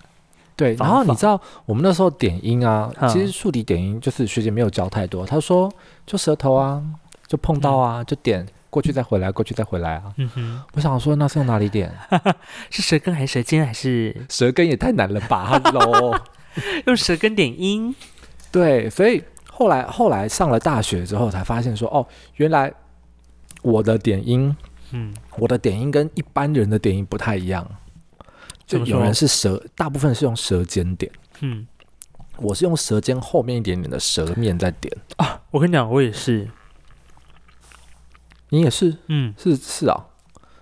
Speaker 2: 对，
Speaker 1: 方
Speaker 2: 然后你
Speaker 1: 法
Speaker 2: 知道我们那时候点音啊，
Speaker 1: 嗯
Speaker 2: 其实竖笛点音就是学姐没有教太多，她说就舌头啊，就碰到啊，就点过去再回来，过去再回来啊。
Speaker 1: 嗯哼，
Speaker 2: 我想说那是用哪里点？
Speaker 1: 是舌根还是舌尖，还是
Speaker 2: 舌根也太难了吧，Hello。
Speaker 1: 用舌根点音？
Speaker 2: 对，所以后来后来上了大学之后才发现说，哦，原来我的点音，
Speaker 1: 嗯，
Speaker 2: 我的点音跟一般人的点音不太一样。
Speaker 1: 怎
Speaker 2: 就
Speaker 1: 么
Speaker 2: 有
Speaker 1: 说
Speaker 2: 人是舌，大部分是用舌尖点，
Speaker 1: 嗯，
Speaker 2: 我是用舌尖后面一点点的舌面在点。
Speaker 1: 我跟你讲，我也是，
Speaker 2: 你也是，
Speaker 1: 嗯。
Speaker 2: 是是啊。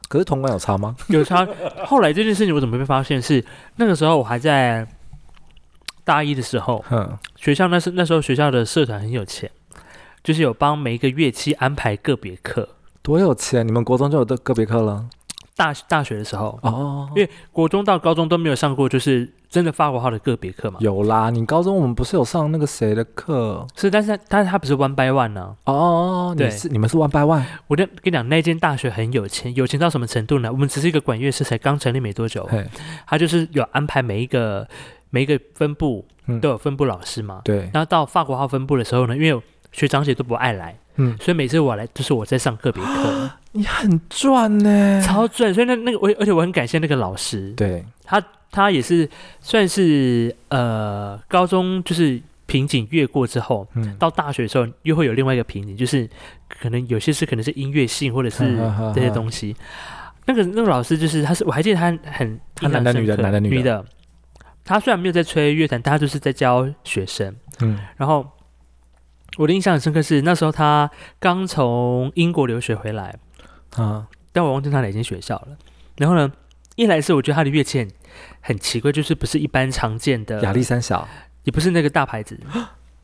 Speaker 2: 可是铜管有差吗？
Speaker 1: 有差。 后来这件事情我怎么被发现是？那个时候我还在大一的时候，
Speaker 2: 哼，
Speaker 1: 学校那时那时候学校的社团很有钱，就是有帮每一个乐器安排个别课。
Speaker 2: 多有钱！你们国中就有的个别课了
Speaker 1: 大大学的时候，
Speaker 2: 哦
Speaker 1: 因为国中到高中都没有上过，就是真的法国号的个别课嘛。
Speaker 2: 有啦，你高中我们不是有上那个谁的课
Speaker 1: 是，但是它但是它不是 one by one 呢、
Speaker 2: 哦？你
Speaker 1: 对
Speaker 2: 是你们是 one by one
Speaker 1: 我的跟你讲，那间大学很有钱，有钱到什么程度呢？我们只是一个管乐社，才刚成立没多久，
Speaker 2: 嘿，
Speaker 1: 它就是有安排每一个每一个分部
Speaker 2: 嗯
Speaker 1: 都有分部老师嘛。
Speaker 2: 对，
Speaker 1: 然后到法国号分部的时候呢，因为学长姐都不爱来，
Speaker 2: 嗯，
Speaker 1: 所以每次我来就是我在上个别 课，哦
Speaker 2: 你很赚呢、
Speaker 1: 超赚。所以那那个我而且我很感谢那个老师，
Speaker 2: 对，
Speaker 1: 他也是算是呃高中就是瓶颈越过之后，
Speaker 2: 嗯
Speaker 1: 到大学的时候又会有另外一个瓶颈，就是可能有些是可能是音乐性或者 是
Speaker 2: 啊
Speaker 1: 这些东西。那个那个老师就是他是我还记得他很
Speaker 2: 他男的
Speaker 1: 印象深
Speaker 2: 女的
Speaker 1: 刻
Speaker 2: 男的女的
Speaker 1: 女的，他虽然没有在吹乐坛，但他就是在教学生。
Speaker 2: 嗯
Speaker 1: 然后我的印象很深刻是那时候他刚从英国留学回来，
Speaker 2: 啊
Speaker 1: 但我忘记他哪间学校了。然后呢，一来是我觉得他的乐器很很奇怪，就是不是一般常见的，
Speaker 2: 亚历山小，
Speaker 1: 也不是那个大牌子，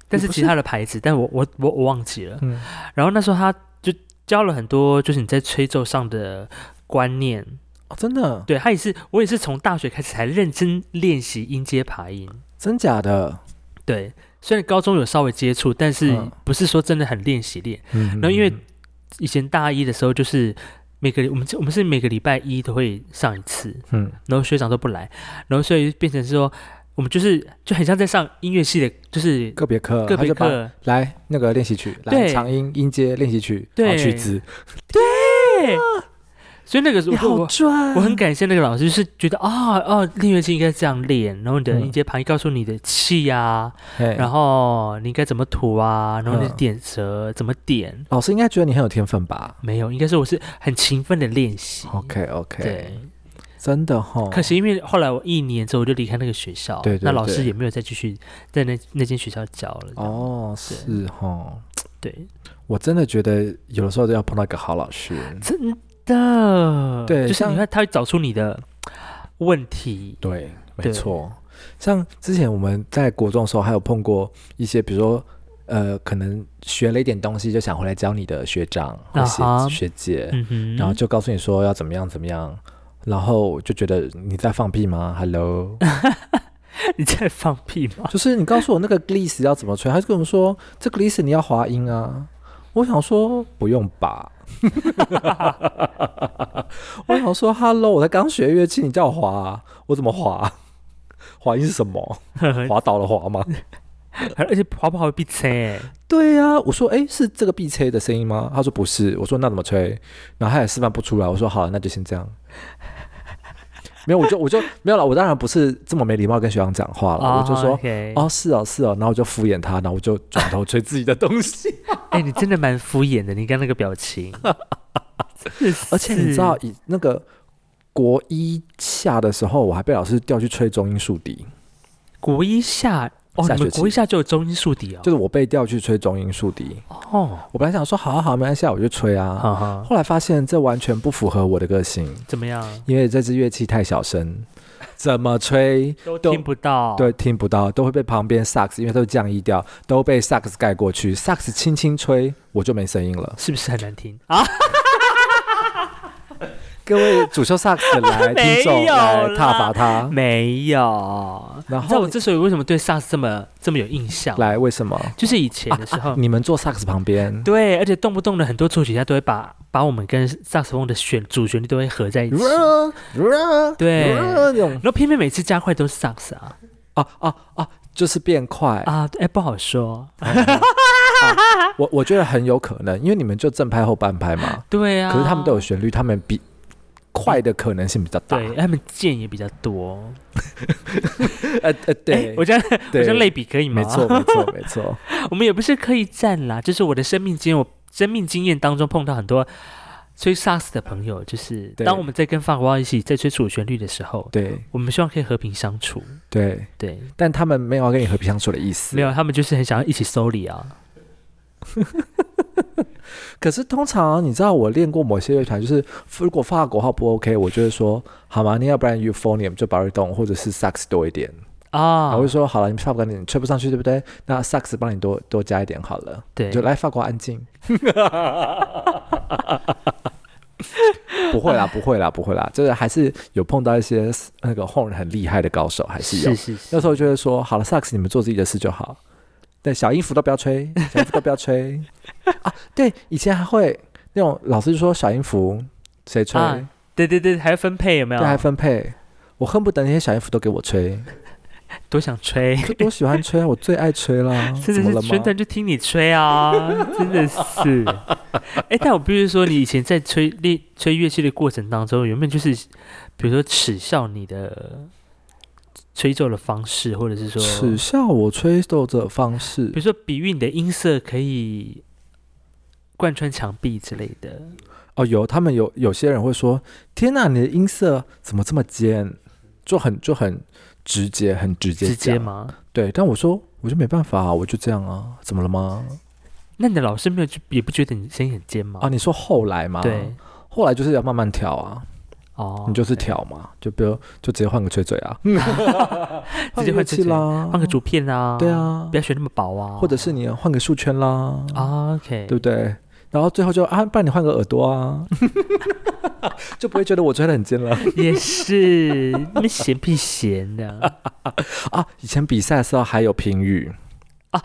Speaker 1: 但是
Speaker 2: 也不是
Speaker 1: 其他的牌子，但我我我我忘记了。
Speaker 2: 嗯
Speaker 1: 然后那时候他就教了很多，就是你在吹奏上的观念。
Speaker 2: 哦，真的，
Speaker 1: 对他也是，我也是从大学开始才认真练习音阶爬音。
Speaker 2: 真假的，
Speaker 1: 对，虽然高中有稍微接触，但是
Speaker 2: 嗯
Speaker 1: 不是说真的很练习练。
Speaker 2: 嗯，
Speaker 1: 然后因为以前大一的时候，就是每个我们我们是每个礼拜一都会上一次，
Speaker 2: 嗯
Speaker 1: 然后学长都不来，然后所以变成是说我们就是就很像在上音乐系的，就是
Speaker 2: 个别课，
Speaker 1: 个
Speaker 2: 他
Speaker 1: 别
Speaker 2: 就把
Speaker 1: 课。
Speaker 2: 来那个练习曲，来
Speaker 1: 对
Speaker 2: 长音音阶练习曲，然后
Speaker 1: 对
Speaker 2: 曲子，
Speaker 1: 对，所以那个时候我
Speaker 2: 赚
Speaker 1: 我很感谢那个老师，就是觉得啊哦，练乐器应该这样练，然后你的
Speaker 2: 嗯
Speaker 1: 音阶旁告诉你的气啊，
Speaker 2: 然
Speaker 1: 然
Speaker 2: 后
Speaker 1: 后你应该怎么吐啊，然后你的
Speaker 2: 嗯
Speaker 1: 点舌怎么点，
Speaker 2: 老师应该觉得你很有天分吧
Speaker 1: 没有，应该是我是很勤奋的练习。
Speaker 2: ？OK OK，
Speaker 1: 嗯对，
Speaker 2: 真的哈，
Speaker 1: 可惜因为后来我一年之后我就离开那个学校，
Speaker 2: 对对
Speaker 1: 那老师
Speaker 2: 对
Speaker 1: 也没有再继续在那那间学校教了。哦，
Speaker 2: 哦，是哈，
Speaker 1: 对，
Speaker 2: 我真的觉得有的时候都要碰到一个好老师，
Speaker 1: 真的，
Speaker 2: 对
Speaker 1: 就是
Speaker 2: 像
Speaker 1: 你看他会找出你的问题，
Speaker 2: 对，没
Speaker 1: 对
Speaker 2: 错。像之前我们在国中的时候，还有碰过一些，比如说，呃，可能学了一点东西就想回来教你的学长或
Speaker 1: 啊
Speaker 2: 学、
Speaker 1: 哈
Speaker 2: 学姐，
Speaker 1: 嗯哼，
Speaker 2: 然后就告诉你说要怎么样怎么样，然后我就觉得你在放屁吗？Hello，
Speaker 1: 你在放屁 吗？
Speaker 2: 就是你告诉我那 个 gliss 要怎么吹，他就跟我们说这个 gliss 你要滑音啊。我想说不用吧， 我想说 Hello，我才刚学乐器，你叫我滑啊、我怎么滑？滑音是什么？滑倒了滑吗？
Speaker 1: 而且滑不好会被车、欸，
Speaker 2: 对呀、我说哎，诶是这个 B 吹的声音吗？他说不是，我说那怎么吹？然后他也示范不出来，我说好了，那就先这样。没有，我就我就没有了。我当然不是这么没礼貌跟学长讲话了，
Speaker 1: 啊
Speaker 2: 我就说
Speaker 1: OK
Speaker 2: 哦是哦是哦，然后我就敷衍他，然后我就转头吹自己的 东西。
Speaker 1: 哎、你真的蛮敷衍的，你刚那个表情，真的是
Speaker 2: 而且你知道，以那个国一下的时候，我还被老师调去吹中音竖笛，
Speaker 1: 哦国一下哦，
Speaker 2: 下
Speaker 1: 你们
Speaker 2: 学期
Speaker 1: 国一下就有中音竖笛哦，
Speaker 2: 就是我被调去吹中音竖笛。
Speaker 1: 哦，
Speaker 2: 我本来想说好好好，没关系啊，我就吹啊。
Speaker 1: 哈哈，
Speaker 2: 后来发现这完全不符合我的个性。
Speaker 1: 怎么样
Speaker 2: 因为这支乐器太小声，怎么吹
Speaker 1: 都
Speaker 2: 都
Speaker 1: 听不到，
Speaker 2: 对，听不到，都会被旁边萨克斯，因为都是降 E 调，都被萨克斯盖过去。萨克斯轻轻吹，我就没声音了。
Speaker 1: 是不是很难听啊？
Speaker 2: 各位主修萨克斯的来听众
Speaker 1: 没有
Speaker 2: 来
Speaker 1: 啦
Speaker 2: 挞伐他，
Speaker 1: 没有，
Speaker 2: 然
Speaker 1: 你知道
Speaker 2: 后
Speaker 1: 我之所以为什么对 SARS 这么这么有印象，
Speaker 2: 来为什么？
Speaker 1: 就是以前的时候，
Speaker 2: 你们坐萨克斯旁边，
Speaker 1: 对，而且动不动的很多作曲家都会把把我们跟萨克斯风的旋主旋律都会合在一起，然对
Speaker 2: 那种
Speaker 1: 后偏偏每次加快都是萨克斯啊
Speaker 2: 啊啊啊，就是变快。
Speaker 1: 啊，哎，不好说，
Speaker 2: 我我觉得很有可能，因为你们就正拍后半拍嘛，
Speaker 1: 对啊，
Speaker 2: 可是他们都有旋律，他们比快的可能性比较大。
Speaker 1: 对，他们键也比较多。
Speaker 2: 呃呃，
Speaker 1: 哎
Speaker 2: 对，
Speaker 1: 我这样我
Speaker 2: 对
Speaker 1: 这样类比可以吗？
Speaker 2: 没错，，没错，没 错。
Speaker 1: 我们也不是刻意赞啦，就是我的生命经验，我生命经验当中碰到很多吹萨克斯的朋友，就是
Speaker 2: 对
Speaker 1: 当我们在跟法国佬一起在吹主旋律的时候，
Speaker 2: 对
Speaker 1: 我们希望可以和平相处。
Speaker 2: 对，
Speaker 1: 对，
Speaker 2: 但他们没有要跟你和平相处的意思。
Speaker 1: 没。有，他们就是很想要一起收礼啊。
Speaker 2: 可是通常啊你知道，我练过某些乐团，就是如果法国号不 OK，我就会说好吗？你要不然 euphonium 就 baritone 或者是 sax 多一点。然
Speaker 1: 啊
Speaker 2: 后我，就说好了，你法国你吹不上去，对不对？那 sax 帮你多多加一点好了。
Speaker 1: 对
Speaker 2: 你，就来法国 安静。不会啦，不会啦，不会啦，就是还是有碰到一些那个混很啊厉害的高手，还是有
Speaker 1: 是。是是
Speaker 2: 那时候就会说，好了，萨克斯你们做自己的事就好。对，小音符都不 要吹，小音符都不要吹啊！对，以前还会那种老师就说小音符谁吹，
Speaker 1: 啊对对对，还要分配有没有
Speaker 2: 对，？还分配。我恨不得那些小音符都给我吹，
Speaker 1: 多想吹，。
Speaker 2: 就多喜欢吹啊，我最爱吹啦
Speaker 1: 真
Speaker 2: 怎么
Speaker 1: 的
Speaker 2: 了
Speaker 1: 是全
Speaker 2: 吗？
Speaker 1: 团就听你吹 啊，真的是。哎，但我必须说，你以前在吹练吹乐器的过程当中，有没有就是比如说耻笑你的吹奏的方式，或者是说，
Speaker 2: 耻笑我吹奏者方式
Speaker 1: 比如说比喻你的音色可以贯穿墙壁之类的。
Speaker 2: 哦，有他们有有些人会说：“天哪，你的音色怎么这么尖？”就很就很直接，很直接，
Speaker 1: 直接？吗？
Speaker 2: 对，但我说我就没办法啊、我就这样啊，怎么了吗？
Speaker 1: 那你的老师没有就也不觉得你声音很尖吗？
Speaker 2: 啊，你说后来吗？
Speaker 1: 对，，
Speaker 2: 后来就是要慢慢调啊，
Speaker 1: 哦，
Speaker 2: 你就是
Speaker 1: 对
Speaker 2: 调嘛，就比如就直接换个吹嘴 啊，
Speaker 1: 直接
Speaker 2: 换乐
Speaker 1: 换吹
Speaker 2: 器
Speaker 1: 嘴
Speaker 2: 啦，
Speaker 1: 换个竹片啊，
Speaker 2: 对，啊
Speaker 1: 不，要学那么薄啊，
Speaker 2: 或者是你换个束圈啦，
Speaker 1: 啊，OK，
Speaker 2: 对不对？然后最后就啊，不然你换个耳朵 啊， 就不会觉得我吹的很尖了。
Speaker 1: 也是， 那么闲屁闲 的
Speaker 2: 啊，以前比赛的时候还有评语，
Speaker 1: 啊，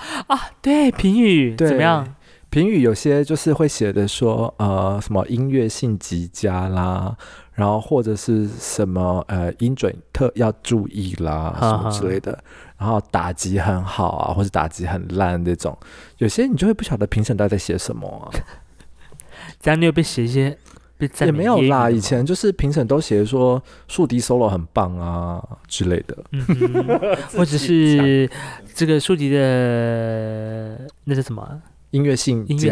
Speaker 1: 对，评语
Speaker 2: 对
Speaker 1: 怎么样？
Speaker 2: 评语有些就是会写的说，呃，什么音乐性极佳啦，然后或者是什么呃音准特要注意啦，
Speaker 1: 哈
Speaker 2: 什
Speaker 1: 哈
Speaker 2: 么之类的，然后打击很好啊，或者打击很烂这种，有些你就会不晓得评审到底在写什么 啊、
Speaker 1: 这样你有被写一些被赞
Speaker 2: 也
Speaker 1: 美
Speaker 2: 没有
Speaker 1: 揶揄
Speaker 2: 啦，
Speaker 1: 的
Speaker 2: 以
Speaker 1: 吗，
Speaker 2: 前就是评审都写说竖笛 solo 很棒啊之类的，
Speaker 1: 嗯 哼或者是这个书籍的那是什么啊
Speaker 2: 音乐性
Speaker 1: 音乐性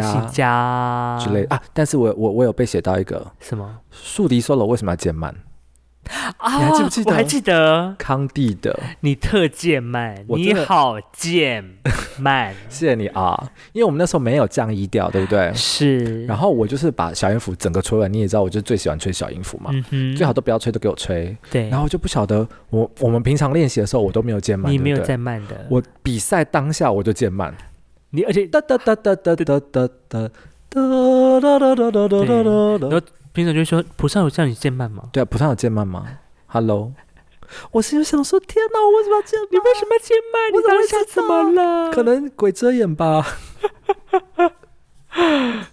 Speaker 1: 家
Speaker 2: 佳之类的啊，但是我我我有被写到一个
Speaker 1: 什么
Speaker 2: 竖笛 solo 为什么要减慢？
Speaker 1: 啊？
Speaker 2: 还记不记
Speaker 1: 我还
Speaker 2: 得
Speaker 1: 记得
Speaker 2: 康帝的，
Speaker 1: 你特贱慢，
Speaker 2: 我
Speaker 1: 你
Speaker 2: 真的
Speaker 1: 好贱 慢，
Speaker 2: 谢谢你啊，因为我们那时候没有降一调，对不对？
Speaker 1: 是，
Speaker 2: 然后我就是把小音符整个吹完，你也知道，我就最喜欢吹小音符嘛，
Speaker 1: 嗯哼，
Speaker 2: 最好都不要吹，都给我吹。
Speaker 1: 对，
Speaker 2: 然后我就不晓得，我我们平常练习的时候我都没有键慢，
Speaker 1: 你没有
Speaker 2: 对不对
Speaker 1: 在慢的，
Speaker 2: 我比赛当下我就键慢，
Speaker 1: 你而且
Speaker 2: 哒哒哒哒哒哒哒哒哒哒哒哒哒哒哒
Speaker 1: 然后
Speaker 2: 哒。
Speaker 1: 评审就会说菩萨有叫你贱慢吗？
Speaker 2: 对啊，不上有键慢吗？Hello，我是就想说，天哪，我为什么要键慢？
Speaker 1: 为什么贱慢？你当
Speaker 2: 我怎么会
Speaker 1: 下怎么了？
Speaker 2: 知 可能鬼遮眼 吧。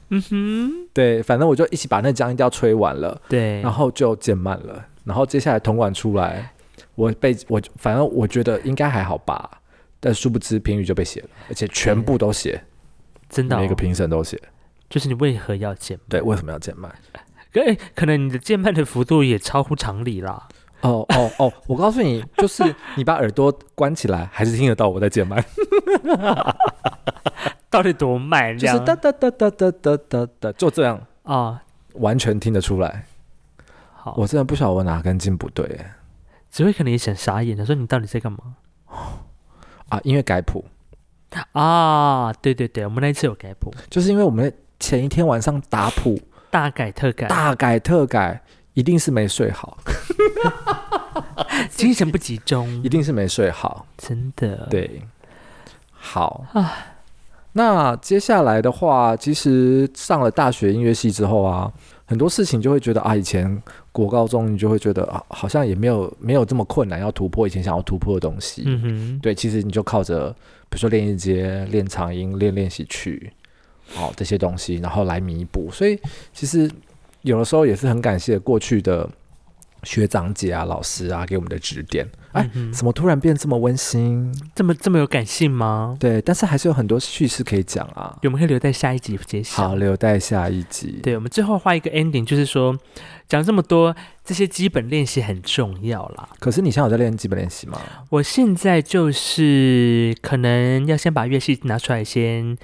Speaker 1: 嗯哼，
Speaker 2: 对，反正我就一起把那降音调吹完了。
Speaker 1: 对，
Speaker 2: 然后就减慢了，然后接下来铜管出来，我被我反正我觉得应该还好吧，但殊不知评语就被写了，而且全部都写，
Speaker 1: 真的哦、
Speaker 2: 每个评审都写，
Speaker 1: 就是你为何要贱慢？
Speaker 2: 对，为什么要减慢？
Speaker 1: 可哎可能你的贱慢的幅度也超乎常理啦。
Speaker 2: 哦哦哦，我告诉你， 就是你把耳朵关起来，还是听得到我在减慢，
Speaker 1: 到底多慢？
Speaker 2: 就
Speaker 1: 这
Speaker 2: 是
Speaker 1: 样
Speaker 2: 哒哒哒哒哒哒哒哒，就这样，
Speaker 1: 啊，
Speaker 2: 完全听得出来。
Speaker 1: 好，
Speaker 2: 我真的不晓得我哪根筋不对耶
Speaker 1: 只会可能也想傻眼，他说你到底在干嘛？
Speaker 2: 啊，因为改谱，
Speaker 1: 啊，对对对，我们那一次有改谱，
Speaker 2: 就是因为我们前一天晚上打谱，
Speaker 1: 大改特改，
Speaker 2: 大改特改，一定是没睡好，
Speaker 1: 精神不集中
Speaker 2: 一，定是没睡好。
Speaker 1: 真的。，
Speaker 2: 对，好那接下来的话，其实上了大学音乐系之后啊，很多事情就会觉得啊，以前国高中你就会觉得啊，好像也没有没有这么困难要突破以前想要突破的东西。
Speaker 1: 嗯哼，
Speaker 2: 对，其实你就靠着比如说练音阶、练长音、练练习曲，好、这些东西，然后来弥补。所以其实有的时候也是很感谢过去的学长姐啊、老师啊给我们的指点。哎
Speaker 1: 嗯哼，
Speaker 2: 怎么突然变这么温馨？
Speaker 1: 这么这么有感性吗？
Speaker 2: 对，但是还是有很多叙事可以讲啊。
Speaker 1: 我们可以留在下一集揭晓。
Speaker 2: 好，留待下一集。
Speaker 1: 对，我们最后画一个 ending，就是说讲这么多，这些基本练习很重要啦。
Speaker 2: 可是你现在有在练基本练习吗？
Speaker 1: 我现在就是可能要先把乐器拿出来，先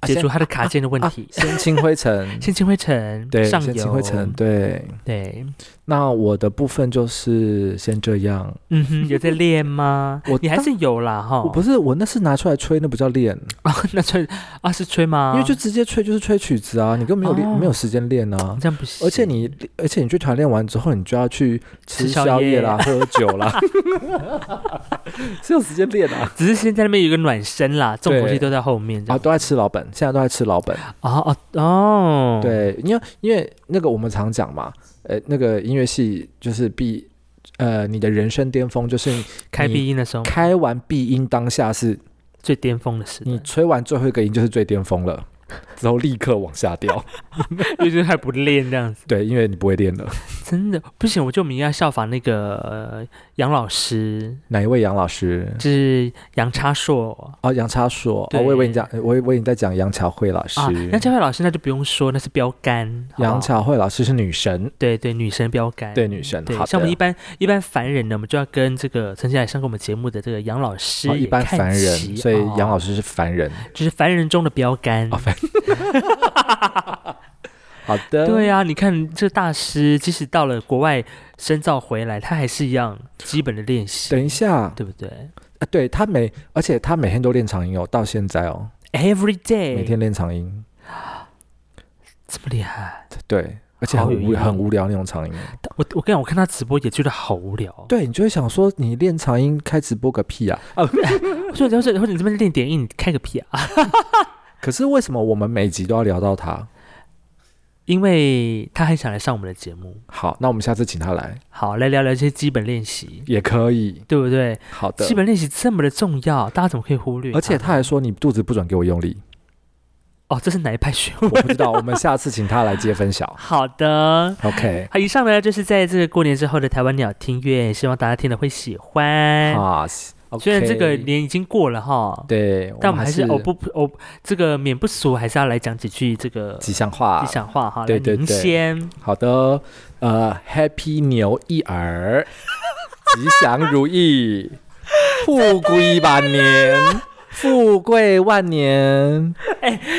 Speaker 2: 啊
Speaker 1: 解
Speaker 2: 先
Speaker 1: 除它的卡键的问
Speaker 2: 啊
Speaker 1: 题，，。
Speaker 2: 先清灰尘
Speaker 1: 先清灰尘，
Speaker 2: 对，
Speaker 1: 上
Speaker 2: 先清
Speaker 1: 油，
Speaker 2: 灰尘。对，
Speaker 1: 对，
Speaker 2: 那我的部分就是先这样。？
Speaker 1: 嗯哼，有在练吗
Speaker 2: 我
Speaker 1: 你还
Speaker 2: 当
Speaker 1: 是有啦哈，
Speaker 2: 我不是，我那是拿出来吹，那不叫练，
Speaker 1: 啊，那吹啊是吹吗？
Speaker 2: 因为就直接吹就是吹曲子啊，你根本没有练，
Speaker 1: 哦
Speaker 2: 没有时间练啊。
Speaker 1: 这样不行，
Speaker 2: 而且你，而且你去团练完之后，你就要去吃
Speaker 1: 吃宵
Speaker 2: 宵
Speaker 1: 夜
Speaker 2: 夜啦、喝酒 啦，是有时间练啊。
Speaker 1: 只是现在那边有一个暖身啦，重头戏
Speaker 2: 对
Speaker 1: 都在后面这
Speaker 2: 啊，
Speaker 1: 样。
Speaker 2: 都在吃老本，现在都在吃老本。
Speaker 1: 哦哦哦，，
Speaker 2: 对，因为因为那个我们常讲嘛，呃，那个音乐系就是毕，呃，你的人生巅峰就是你
Speaker 1: 开
Speaker 2: 你
Speaker 1: 闭音的时候
Speaker 2: 开完闭音当下是，
Speaker 1: 最巅峰的时
Speaker 2: 你
Speaker 1: 段，
Speaker 2: 吹完最后一个音就是最巅峰了。之后立刻往下掉。
Speaker 1: 因为就是还不练这样 子，
Speaker 2: 对，因为你不会练了。
Speaker 1: 真的不行，我就我们要效仿那个、呃杨老师，
Speaker 2: 哪一位杨老师？
Speaker 1: 就是杨叉硕。
Speaker 2: 哦，杨叉硕。哦，
Speaker 1: 对
Speaker 2: 我以为你讲，我以为你在讲杨巧慧老师。
Speaker 1: 啊，杨佳慧老师那就不用说，那是标杆。好
Speaker 2: 杨巧慧老师是女神，
Speaker 1: 对对，女神标杆，
Speaker 2: 对女神
Speaker 1: 对
Speaker 2: 好，的
Speaker 1: 像我们一般一般凡人呢，我们就要跟这个曾经来上过我们节目的这个杨老师、
Speaker 2: 哦一般凡人，所以杨老
Speaker 1: 师、
Speaker 2: 师是凡人。
Speaker 1: 就是凡人中的标杆。
Speaker 2: 哦凡好的，
Speaker 1: 对呀、你看这大师，即使到了国外深造回来，他还是一样基本的练习，
Speaker 2: 等一下，
Speaker 1: 对不对
Speaker 2: 啊对他每，而且他每天都练长音哦，到现在哦，
Speaker 1: ？Every day，
Speaker 2: 每天练长音，
Speaker 1: 这么厉害，
Speaker 2: 对，而且很
Speaker 1: 好有意
Speaker 2: 无
Speaker 1: 义
Speaker 2: 很无聊那种长音哦。
Speaker 1: 我我跟你讲，我看他直播也觉得好无聊。
Speaker 2: 对你就会想说，你练长音开直播个屁啊！
Speaker 1: 我说，或者或者你这边练点音，你开个屁啊！
Speaker 2: 可是为什么我们每集都要聊到他？
Speaker 1: 因为他很想来上我们的节目。
Speaker 2: 好，那我们下次请他来
Speaker 1: 好，来聊聊一些基本练习，
Speaker 2: 也可以。
Speaker 1: 对不对？
Speaker 2: 好的
Speaker 1: 基，本练习这么的重要，大家怎么可以忽略它？
Speaker 2: 而且他还说你肚子不准给我用力，
Speaker 1: 哦，这是哪一派学
Speaker 2: 我
Speaker 1: 问？
Speaker 2: 不知道，我们下次请他来接 分晓。
Speaker 1: 好的。
Speaker 2: OK，
Speaker 1: 好，以上呢就是在这个过年之后的台湾鸟听乐，希望大家听了会喜欢。
Speaker 2: 好，
Speaker 1: 哎虽然这个
Speaker 2: 啊 OK
Speaker 1: 年已经过了哈，
Speaker 2: 对，
Speaker 1: 但我们
Speaker 2: 们
Speaker 1: 还
Speaker 2: 是
Speaker 1: 是哦不哦这个免不俗，还是要来讲几句这个
Speaker 2: 吉祥话
Speaker 1: 吉。祥话哈。
Speaker 2: 对
Speaker 1: 来
Speaker 2: 对
Speaker 1: 您
Speaker 2: 对
Speaker 1: 先，
Speaker 2: 好的，呃，Happy 牛一 儿，吉祥如意，富贵万年，富贵万年。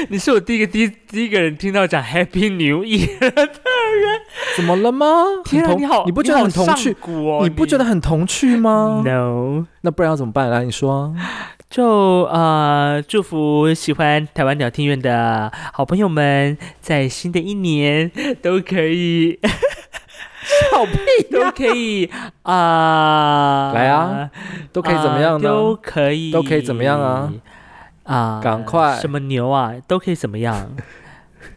Speaker 1: 你是我第一个第一第一个人听到讲 Happy New Year 的人。
Speaker 2: 怎么了吗？
Speaker 1: 天啊，
Speaker 2: 很 同
Speaker 1: 你好，
Speaker 2: 你不觉得很
Speaker 1: 你好
Speaker 2: 童趣
Speaker 1: 上？古哦？
Speaker 2: 你不觉得很童趣吗？
Speaker 1: ？No。
Speaker 2: 那不然要怎么办？来，你说。
Speaker 1: 就呃，祝福喜欢台湾鸟听院的好朋友们，在新的一年都可以，
Speaker 2: 好屁
Speaker 1: 都可以啊、
Speaker 2: 来啊，都
Speaker 1: 都
Speaker 2: 可以怎么样呢？
Speaker 1: 都可以，
Speaker 2: 都可以怎么样啊？
Speaker 1: 啊、
Speaker 2: 赶快
Speaker 1: 什么牛啊，都可以怎么样？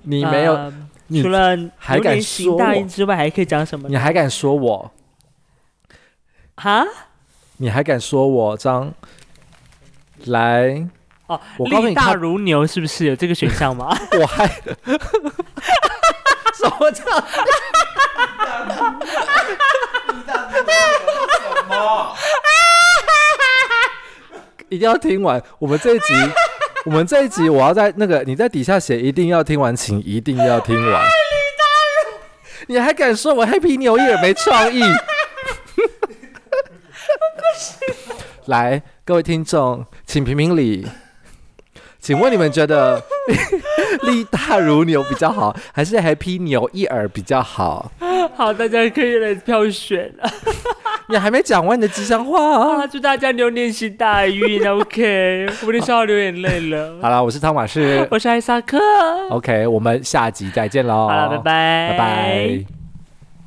Speaker 2: 你没有，
Speaker 1: 呃
Speaker 2: 你
Speaker 1: 除了
Speaker 2: 还
Speaker 1: 牛
Speaker 2: 敢
Speaker 1: 年
Speaker 2: 说
Speaker 1: 行大运
Speaker 2: 我
Speaker 1: 之外，还可以讲什么
Speaker 2: 你？还敢说我？
Speaker 1: 哈？
Speaker 2: 你还敢说我张？来，
Speaker 1: 哦，
Speaker 2: 我告诉你
Speaker 1: 力大
Speaker 2: 他
Speaker 1: 如牛是不是有这个选项吗？
Speaker 2: 我还 什么叫？一定要听完我们这一集， 我们这一集我要在那个你在底下写一定要听完，请一定要听完。你还敢说我 Happy New Year 没创意？来，各位听众，请评评理。请问你们觉得 力大如牛比较好，还是 Happy 牛一耳比较好？
Speaker 1: 好，大家可以来票选。
Speaker 2: 你还没讲完你的吉祥话、啊。
Speaker 1: 啊，祝大家牛年行大 运，OK，我的笑到流眼泪了。
Speaker 2: 好啦，我是汤马士
Speaker 1: 我是艾萨克，
Speaker 2: ，OK，我们下集再见喽。
Speaker 1: 好了，拜拜，
Speaker 2: 拜拜。